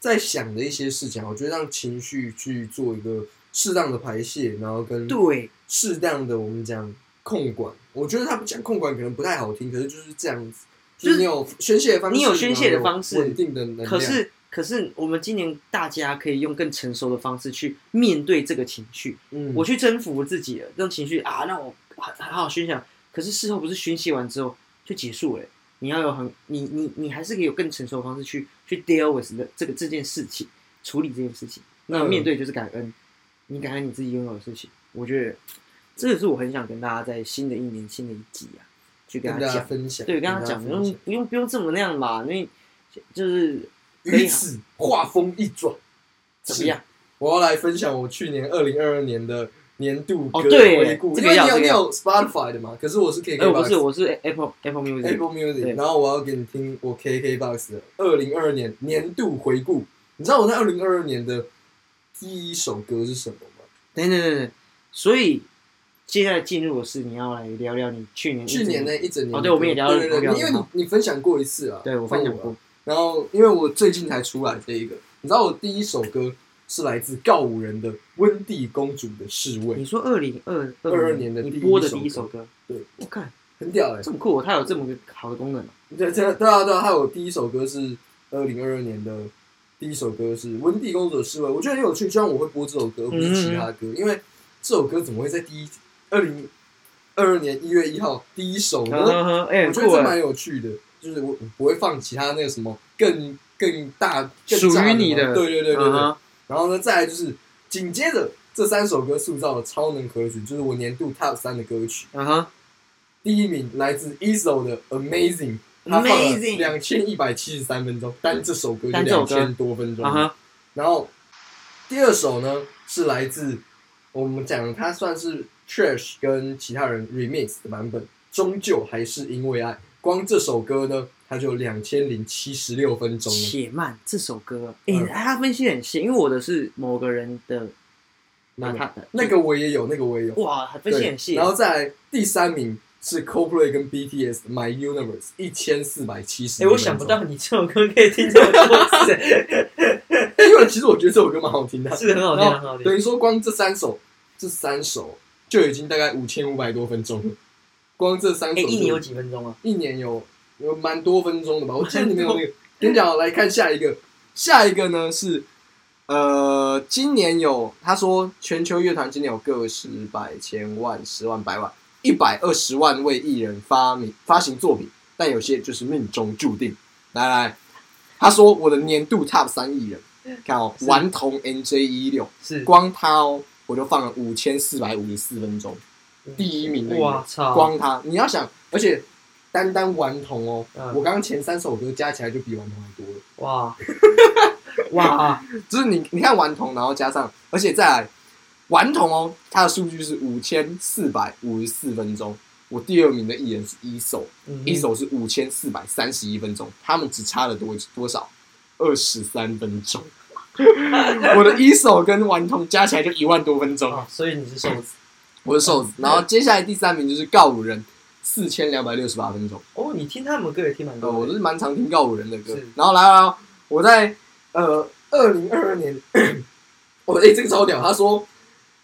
在想的一些事情，我觉得让情绪去做一个适当的排泄，然后跟对，适当的我们讲控管。我觉得他们讲控管可能不太好听，可是就是这样子，就是你有宣泄的方式，你有宣泄的方式然后有稳定的能量。可是，可是我们今年大家可以用更成熟的方式去面对这个情绪。嗯，我去征服我自己了，让情绪啊，让我很很好宣泄。可是事后不是宣泄完之后就结束了欸、你要有很你你你还是可以有更成熟的方式去去 deal with 的这个这件事情，处理这件事情。那嗯面对就是感恩，你感恩你自己拥有的事情。我觉得这也是我很想跟大家在新的一年、新的一季啊，去跟跟大大家家讲，分享，对，跟大他家讲，不嗯分用享。不用不用这么那样吧，因为就是可以啊于此话锋一转，怎么样？我要来分享我去年二零二二年的年度歌哦对回顾。这个要因为你有你这个要有 Spotify 的嘛？可是我是可以哎、可以我不把是，我是 Apple Apple Music， Apple 对 Music，然后我要给你听我 KKBox 的二零二二年年度回顾。你知道我在二零二二年的第一首歌是什么吗？等等等等，所以接下来进入的是你要来聊聊你去年一去整年那一整年的歌。哦对我们也聊了对对对聊了因为你你分享过一次啊，对我分享放过啊。然后因为我最近才出来这一个，你知道我第一首歌是来自告五人的《温蒂公主的侍卫你》，说二零二22年的你第一播的首第一歌首歌，对，我看很屌哎、这么酷哦，它有这么个好的功能哦对，这对啊，对啊，还有第一首歌是二零二二年的第一首歌是《温蒂公主的侍卫》，我觉得很有趣，就像我会播这首歌，而不是其他歌，嗯因为这首歌怎么会在第一二零二二年一月一号第一首呢？嗯哼哼，哎，很我觉得酷这哎，蛮有趣的，就是我我不会放其他那个什么更更大、更属炸于你嘛的，对对对对对。嗯哼然后呢，再来就是紧接着这三首歌塑造了超能歌曲，就是我年度 Top 三的歌曲。嗯哼，第一名来自 ESO 的 Amazing，他放了 Amazing 两千一百七十三分钟，单这首歌就单这首两歌千多分钟。嗯哼，然后第二首呢是来自我们讲它算是 Trash 跟其他人 remix 的版本，终究还是因为爱。光这首歌呢，它就两千零七十六分钟了。且慢这首歌，哎，嗯它分析得很细，因为我的是某个人的，那那他的那个我也有，那个我也有。哇，它分析很对细，然后再来第三名是 Coldplay 跟 BTS 的 My Universe，一千四百七十。哎，我想不到你这首歌可以听这么多次，哎 因为其实我觉得这首歌蛮好听的，是很好听，然后很好听等，于说光这三首，这三首就已经大概五千五百多分钟了。光这三首哎，就，一年有几分钟啊？一年有有蛮多分钟的吧？我记得你们有那个，跟你讲哦，来看下一个，下一个呢是。呃，今年有他说全球乐团今年有个十百千万十万百万一百二十万位艺人发明发行作品，但有些就是命中注定。来来，他说我的年度 Top 三艺人，看哦，是顽童 NJ 一六，是，光他哦，我就放了五千四百五十四分钟，第一名的嗯哇操，光他，你要想，而且单单顽童哦，嗯我刚刚前三首歌加起来就比顽童还多了。 哇哇，啊就是你你看顽童，然后加上，而且再来顽童哦，它的数据是五千四百五十四分钟。我第二名的艺人是一手，嗯一手是五千四百三十一分钟，他们只差了多多少？二十三分钟。 我的一手跟顽童加起来就一万多分钟。啊，所以你 是瘦子我是瘦子。然后接下来第三名就是告五人，四千两百六十八分钟。哦，你听他们歌也听蛮呃，多我的，是蛮常听告五人的歌是。然后来来，来我在呃二零二二年，我哎、这个超屌，他说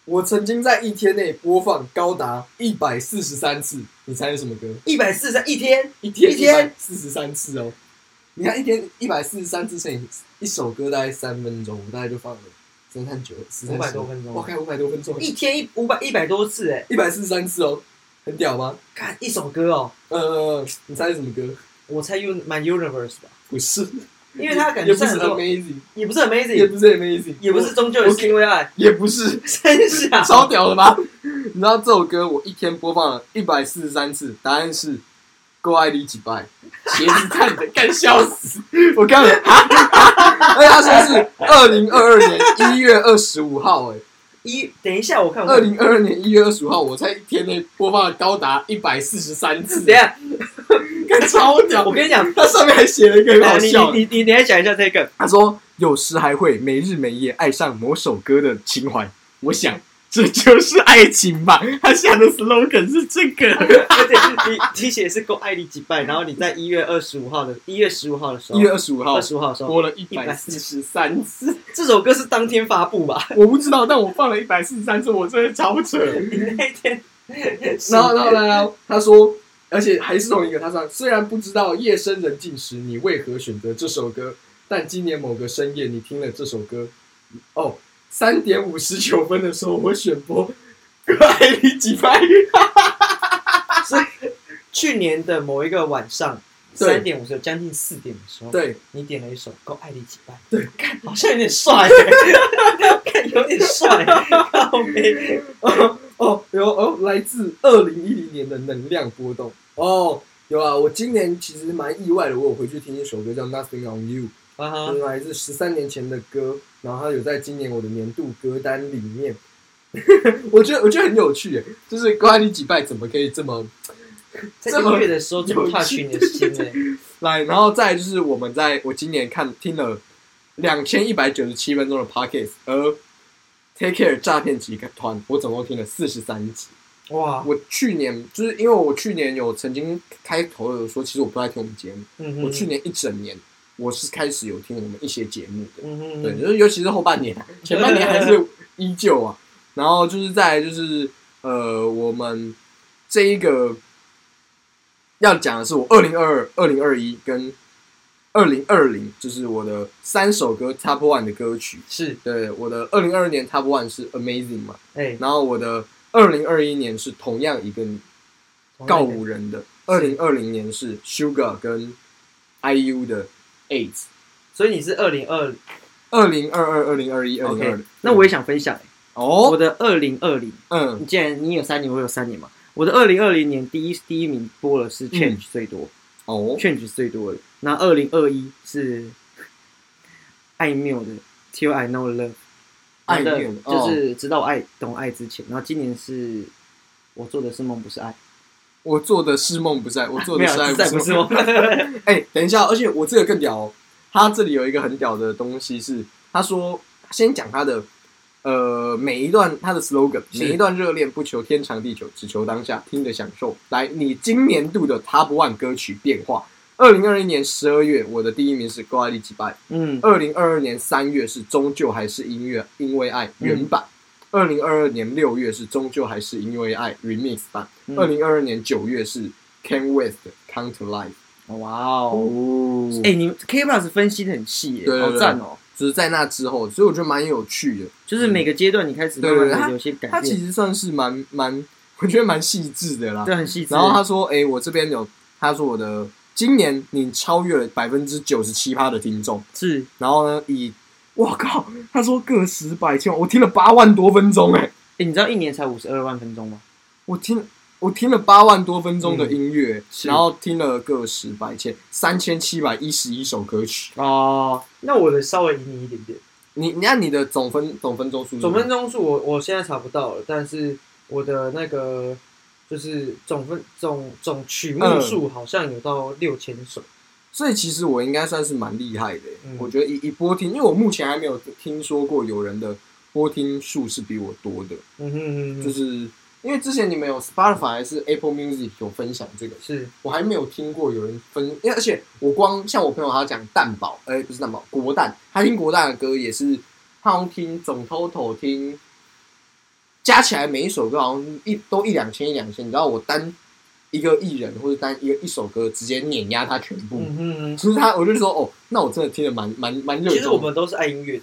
我曾经在一天内播放高达一百四十三次，你猜是什么歌？一百四十一天，一天一天四十三次哦。你看一天一百四十三次乘以一首歌大概三分钟，我大概就放了三三九四三500多分钟我看五百多分钟，一天一五百一百多次，哎，一百四十三次哦，很屌吧？看一首歌哦，呃，你猜是什么歌？我猜 U My Universe 吧，不是，因为他感也觉不是是很多， amazing，也不是也 Amazing，不是 amazing，也不是终究也是因为爱，也不是，真是啊， 超屌了吧？你知道这首歌我一天播放了一百四十三次，答案是够爱你几拜，茄子蛋的干笑死，我刚刚，而且他说是二零二二年一月二十五号、哎，一等一下我看我二看，零二二年一月二十五号，我在一天内播放了高达一百四十三次，等一下干超屌！我跟你讲，哎他上面还写了一个很好你笑的，你你你来讲一下这个，他说有时还会没日没夜爱上某首歌的情怀。我想这就是爱情吧？他下的 slogan 是这个。而且是你提写是够爱你几拜，然后你在一月二十五号的一月十五号的时候一，月二十五号二十五号的时候， 播了一百四十三次，这首歌是当天发布 吧？我不知道，但我放了一百四十三次，我真的超扯。你那天， 然后，然后呢？他说，而且还是同一个他唱。虽然不知道夜深人静时你为何选择这首歌，但今年某个深夜你听了这首歌，哦，三点五十九分的时候，我选播 《爱你几拍》。去年的某一个晚上。对三点五十，将近四点的时候，对，你点了一首《够爱你几拜》，对，看好像有点 帅耶，看有点帅，靠背，哦哦，有哦，来自二零一零年的能量波动。哦，有啊，我今年其实蛮意外的，我有回去听一首歌叫《Nothing on You》。啊哈原来是十三年前的歌，然后它有在今年我的年度歌单里面。 我觉得我觉得很有趣耶，就是《瓜你几拜》怎么可以这么在音乐的时候就这么 touch 你的心欸呢、来？然后再来就是我们在我今年看听了两千一百九十七分钟的 podcast，而 Take Care 诈骗集团我总共听了四十三集。哇，我去年就是因为我去年有曾经开头有说，其实我不爱听我们节目，嗯哼，我去年一整年我是开始有听我们一些节目的。嗯哼，对，就是尤其是后 半年，前半年还是依旧啊。然后就是在就是呃，我们这一个要讲的是我二零二二、二零二一跟二零二零，就是我的三首歌 Top One 的歌曲。是，对，我的二零二二年 Top One 是 Amazing 嘛，哎、然后我的二零二一年是同样一个告五人的，二零二零年是 Sugar 跟 IU 的 AIDS。所以你是二零二，二零二二、二零二一、二零 OK 二那我也想分享、欸哦我，的二零二零，嗯你既然你有三年，我有三年嘛，我的二零二零年第一第一名播的是 Change 最多、哦 c h a n g e 是最多的，那二零二一是爱缪的 Till I Know Love，爱的缪哦就是直到我爱懂爱之前，然后今年是我做的是梦不是爱，我做的是梦不在，我做没的有是爱在不是是梦梦。， 哎、等一下，而且我这个更屌、哦，他这里有一个很屌的东西是，他说先讲他的呃每一段他的 slogan，是每一段热恋不求天长地久，只求当下听着享受。来，你今年度的 Top One 歌曲变化。二零二一年十二月，我的第一名是《高爱丽几拜》。嗯，二零二二年三月是终究还是音乐，因为爱原版；二零二二年六月是终究还是因为爱 remix 版；嗯二零二二年九月是 Ken West 的 Come to Life。哇哦。哦哎、你 K Plus 分析的很细耶，对对对好赞哦、就是在那之后，所以我觉得蛮有趣的。就是每个阶段你开始对慢嗯对慢对的有些改他其变，实算是蛮蛮，我觉得蛮细致的啦。对，很细致。然后他说：“哎、我这边有，他说我的今年你超越了百分之九十七趴的听众。是然后呢，以我靠，他说个十百千万，我听了八万多分钟哎、哎、你知道一年才五十二万分钟吗？我听我听了八万多分钟的音乐，是然后听了个十百千三千七百一十一首歌曲。哦，那我的稍微赢你一点点。你你看你的总分总分钟数是嗯总分钟数我我现在查不到了，但是我的那个就是总分总总曲目数好像有到六千首。所以其实我应该算是蛮厉害的欸、嗯我觉得以以播听，因为我目前还没有听说过有人的播听数是比我多的，嗯哼哼就哼，是因为之前你们有 Spotify 还是 Apple Music 有分享这个，是我还没有听过有人分，因为而且我光像我朋友他讲蛋堡，哎、不是蛋堡，国蛋，他听国蛋的歌也是，他好像听总 total 听，加起来每一首歌好像一都一两千一两千，你知道我单一个艺人或者单一个一首歌直接碾压他全部，嗯哼哼。其实他我就说哦，那我真的听得蛮蛮蛮热衷的。其实我们都是爱音乐的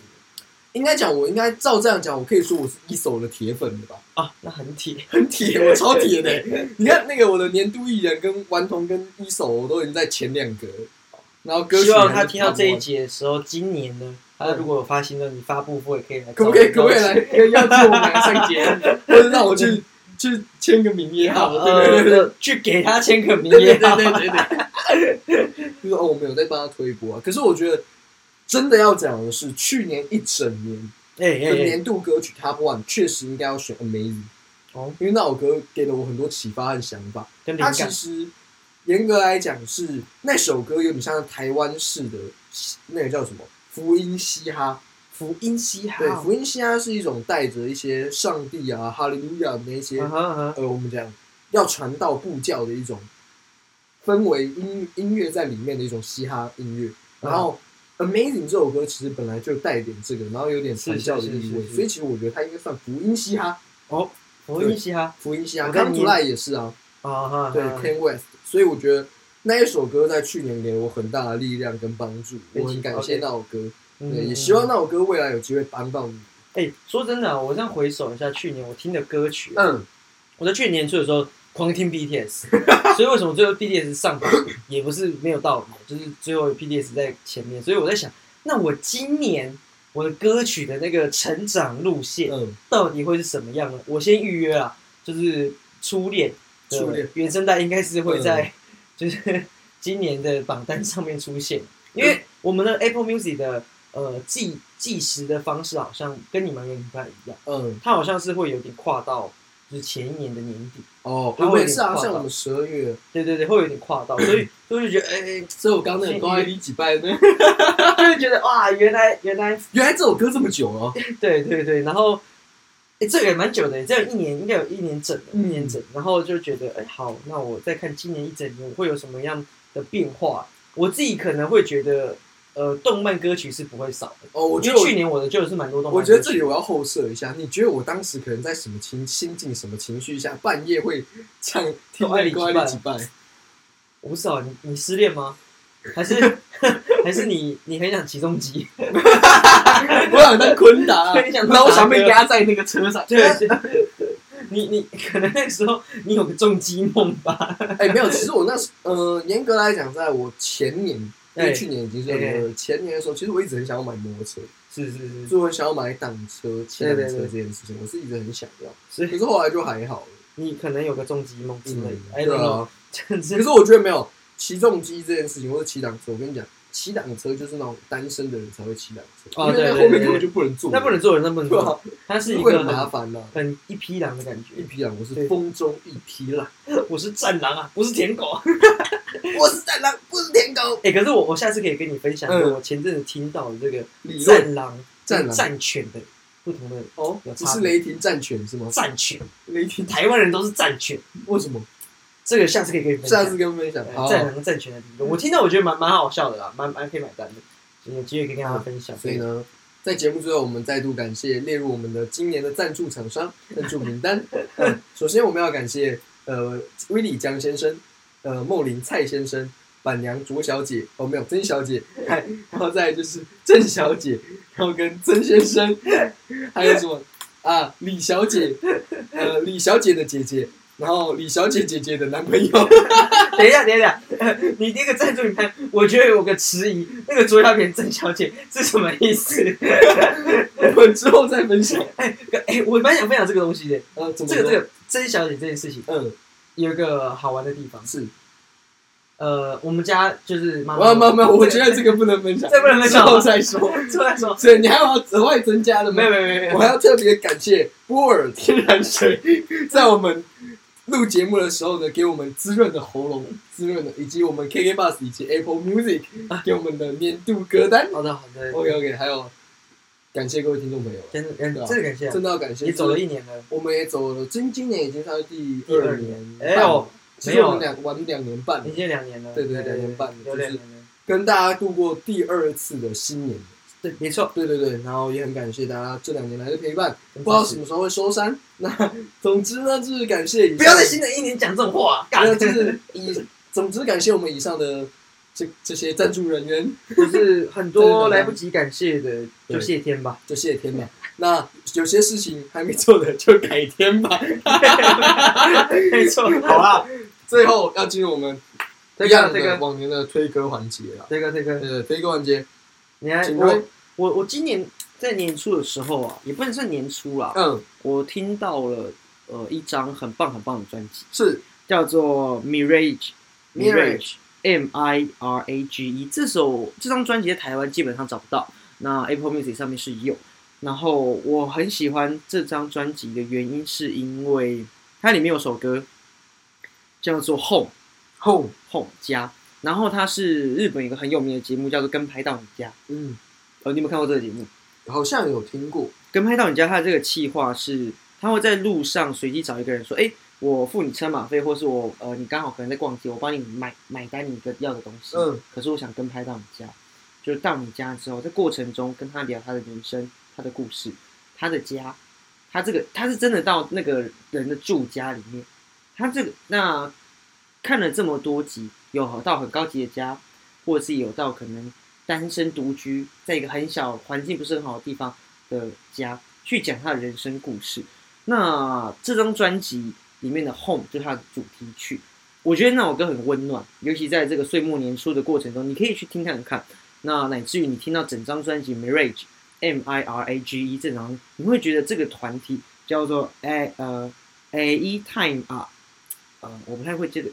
应该讲，我应该照这样讲，我可以说我是一手的铁粉了吧？ 啊，那很铁。很铁，我超铁的欸、 你看那个我的年度艺人跟顽童跟一手，我都已经在前两格了，然后歌曲希望还他是听到这一 number one，集的时候，今年呢，他如果有发新专辑发布会，可以来找可不我可以们可不可邀以请来可以邀请我们来上节 目，或者让我去去签个名也好，对对对对呃，去给他签个名啊对也对好。对对对，就是哦，我们有在帮他推播啊，可是我觉得真的要讲的是，去年一整年哎的哎哎，年度歌曲 Top One 确实应该要选 Amazing，哦，因为那首歌给了我很多启发和想法。跟灵它其感实严格来讲是那首歌有点像台湾式的那个叫什么福音嘻哈福音嘻哈对，哦，福音嘻哈是一种带着一些上帝啊、哈利路亚那些嗯哼嗯哼呃，我们讲要传到布教的一种氛围音音乐在里面的一种嘻哈音乐。嗯然后《Amazing》这首歌其实本来就带点这个，然后有点传是教的是意是味，是所以其实我觉得它应该算福音嘻哈，哦，福音嘻哈福音嘻哈。我看 Come 你 to Life 也是啊，啊哈，对哈 Kanye West。所以我觉得那一首歌在去年给了我很大的力量跟帮助，被我很启感发谢，OK 那首歌，对，嗯也希望那首歌未来有机会帮到你。哎、说真的啊、我这样回首一下去年我听的歌曲啊，嗯，我在去年初的时候狂听 BTS，所以为什么最后 BTS 上榜也不是没有道理，就是最后 BTS 在前面，所以我在想，那我今年我的歌曲的那个成长路线嗯，到底会是什么样呢？我先预约啊，就是初恋，呃初恋嗯原声带应该是会在、 就是今年的榜单上面出现，嗯因为我们的 Apple Music 的呃计计时的方式好像跟你们有点不太一样。嗯，它好像是会有点跨到就是前一年的年底，哦，它会我也是有啊，点像跨我们十二月，对对对，会有点跨到，所以所以我就觉得，哎、所以我刚刚那个是高爱你几拜呢？就是觉得哇，原来原来，原来这首歌这么久了、对对对，然后，哎、这个也蛮久的，这有一年，应该有一年整了，一嗯年整，然后就觉得，哎、好，那我再看今年一整年我会有什么样的变化，我自己可能会觉得，呃，动漫歌曲是不会少的，哦，我我觉觉得得我去年我的就是蛮多动漫我歌曲，觉得这里我要后设一下，你觉得我当时可能在什么情心境、什么情绪下，半夜会唱听高爱那你几个高爱拜 你几拜？我不知道你你失恋吗？还是 还是你你很想起重机？ 我想当昆达、我也想当啊然后我想被压在那个车上。对，对，你你可能那时候你有个重击梦吧？ 哎、没有，其实我那时，呃，严格来讲，在我前年，因为去年已经是二零二二，前年的时候，其实我一直很想要买摩托车，是是是，所以我很想要买挡车、骑对挡对车对这件事情，我是一直很想要。所可以是后来就还好了，你可能有个重击梦之类的嗯，哎，对啊。真是可是我觉得没有骑重机这件事情，或者骑挡车，我跟你讲，骑挡车就是那种单身的人才会骑挡车，哦因为那对对后面对根本就不能坐，那不能做人，那不能对做 吧？人，它是一会个很麻很烦的。很一匹狼的感一觉。匹狼，我对是风中一匹狼，我是战狼啊，不 是舔狗。我是战狼，不是舔狗。哎，可是我我下次可以跟你分享一个嗯我前阵子听到的这个理论战狼、战狼战犬的不同的哦有，这差是别雷霆战犬是吗？战犬，雷霆台湾人都是战犬，为什么？这个下次可以跟你分享呃下。次哦嗯跟分享。好，战狼战犬的理论，我听到我觉得蛮蛮好笑的啦，蛮蛮可以买单的，有机会可以跟大家分享。所以呢，在节目最后，我们再度感谢列入我们的今年的赞助厂 商赞助名单。嗯首先，我们要感谢呃威利江先生、呃梦林蔡先生、板娘卓小姐，哦没有曾 小姐，还然后再来就是郑小姐，然后跟曾先生，还有什么啊李小姐，呃李小姐的姐姐，然后李小姐姐姐的男朋 友。等一下，等一下， 呃你那个赞助名单，我觉得有个迟疑，那个左小扁郑小姐是什么意思？ 我们之后再分享。哎、哎，我蛮想分享这个东西的。呃，怎么这个说这个郑小姐这件事情嗯有一个好玩的地方，是，呃，我们家就是妈没有没有没有，我觉得这这个不能分享，这不能分享之后再说。个出来说，所以你还有要额外增加的吗没有？没有没有没我有，还要特别感谢波尔天然水，在我们录节目的时候呢，给我们滋润的喉咙，滋润的，以及我们 KK Bus 以及 Apple Music 啊给我们的年度歌单。 好的好的， OK OK，还有感谢各位听众朋友，真的真对的啊真的感谢啊，真的要感谢。也走了一年了，我们也走了，今今年已经算是第第二二年年半哎了，呦，其没实我们有，两玩两年半了已，经两年了，对对两年半了有就是两年了，跟大家度过第二次的新年。对，没错，对对对，然后也很感谢大家这两年来的陪伴，不知道什么时候会收山。 那总之呢，就是感谢以上不要在新的一年讲这种话，干没有，就是以总之感谢我们以上的这这些赞助人员，就是很 多来不及感谢的，就对谢天 吧。就谢天嗯吧。那有些事情还没做的就改天吧。没错，好啊啦， 最后要进入我们这一样个的这个往年的推歌环节了。这个这个，呃，推歌环节，你还请我问，我我今年在年初的时候啊，也不能算年初啦，嗯，我听到了呃一张很棒很棒的专辑，是叫做 Mirage Mirage M I R A G E。这首这张专辑在台湾基本上找不到，那 Apple Music 上面是有。然后我很喜欢这张专辑的原因，是因为它里面有首歌叫做《Home》。 Home， Home 家，然后它是日本一个很有名的节目，叫做《跟拍到你家》。嗯，呃，你有没有看过这个节目？好像有听过，跟拍到你家，他的这个企划是，他会在路上随机找一个人说，哎、我付你车马费，或是我呃，你刚好可能在逛街，我帮你买买单你的要的东西。嗯，可是我想跟拍到你家，就是到你家之后，在过程中跟他聊他的人生、他的故事、他的家，他这个他是真的到那个人的住家里面，他这个那看了这么多集，有到很高级的家，或者是有到可能单身独居，在一个很小环境不是很好的地方的家，去讲他的人生故事。那这张专辑里面的《Home》就是他的主题曲，我觉得那首歌很温暖，尤其在这个岁末年初的过程中，你可以去听看看。那乃至于你听到整张专辑《Mirage》M I R A G E 这张，你会觉得这个团体叫做 A 呃 A E Time 啊，呃，我不太会这个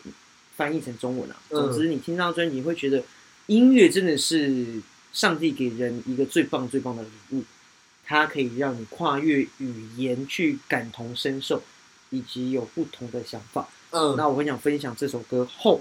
翻译成中文啊。嗯总之，你听到专辑你会觉得音乐真的是上帝给人一个最棒最棒的礼物，它可以让你跨越语言去感同身受，以及有不同的想法。嗯，那我很想分享这首歌后，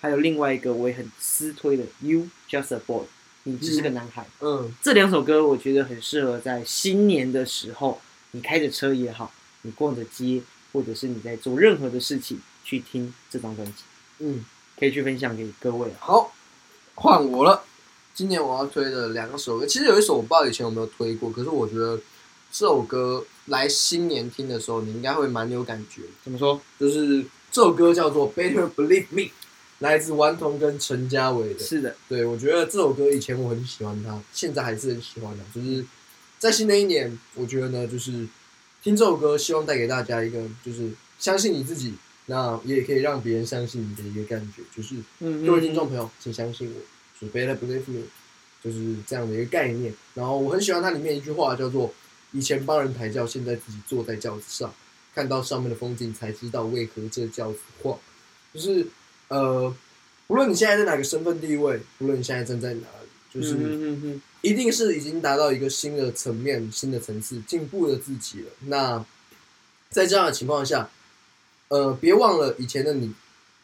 还有另外一个我也很私推的《You Just a Boy》，你只是个男孩。嗯这两首歌我觉得很适合在新年的时候，你开着车也好，你逛着街，或者是你在做任何的事情去听这张专辑，嗯，可以去分享给各位啊。好，换我了，今年我要推的两首歌，其实有一首我不知道以前有没有推过，可是我觉得这首歌来新年听的时候，你应该会蛮有感觉。怎么说？就是这首歌叫做《Better Believe Me》，来自顽童跟陈嘉伟的。是的，对，我觉得这首歌以前我很喜欢它，现在还是很喜欢它。就是在新的一年，我觉得呢，就是听这首歌，希望带给大家一个就是相信你自己，那也可以让别人相信你的一个感觉。就是嗯各位听众朋友，请相信我，就是 Better Believe Me，就是这样的一个概念。然后我很喜欢它里面一句话叫做“以前帮人抬轿，现在自己坐在轿子上，看到上面的风景，才知道为何这轿子晃。”就是呃，无论你现在在哪个身份地位，无论你现在站在哪里，就是。嗯嗯嗯一定是已经达到一个新的层面、新的层次、进步的自己了。那在这样的情况下，呃，别忘了以前的你，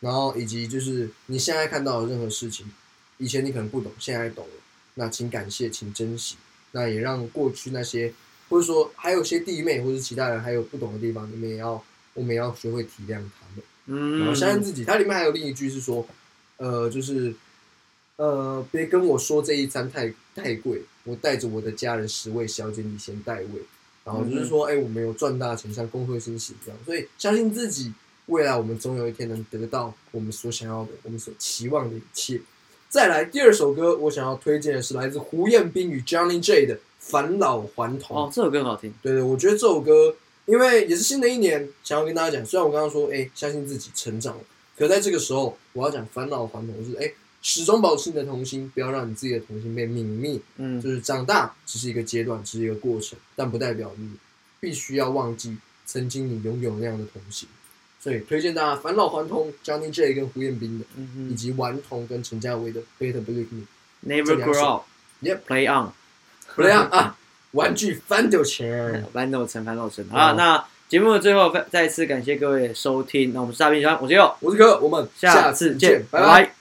然后以及就是你现在看到的任何事情，以前你可能不懂，现在懂了。那请感谢，请珍惜。那也让过去那些，或者说还有些弟妹或者其他人还有不懂的地方，你们也要，我们也要学会体谅他们。嗯，然后相信自己。它里面还有另一句是说，呃，就是呃，别跟我说这一餐太太贵，我带着我的家人十位小姐你先代位。然后就是说，哎、我们有赚大钱，像功课星期一样，所以相信自己，未来我们总有一天能得到我们所想要的，我们所期望的一切。再来第二首歌，我想要推荐的是来自胡彦斌与 Johnny J 的《返老还童》。哦，这首歌很好听。对对，我觉得这首歌，因为也是新的一年，想要跟大家讲，虽然我刚刚说，哎，相信自己成长了，可在这个时候，我要讲返老还童，就是哎，始终保持你的童心，不要让你自己的童心被泯灭。嗯，就是长大只是一个阶段，只是一个过程，但不代表你必须要忘记曾经你拥有那样的童心。所以推荐大家返老还童，Johnny J 跟胡彦斌的，嗯以嗯及顽童跟陈嘉威的《Better Believe Me ，Never 这两 Grow 首 Up。Play on，》。不然啊，玩具翻丢钱，翻斗城，翻斗城啊！哦那节目的最后，再再次感谢各位的收听。那我们是大兵小张，我是佑，我是哥，我们下次次见，拜拜拜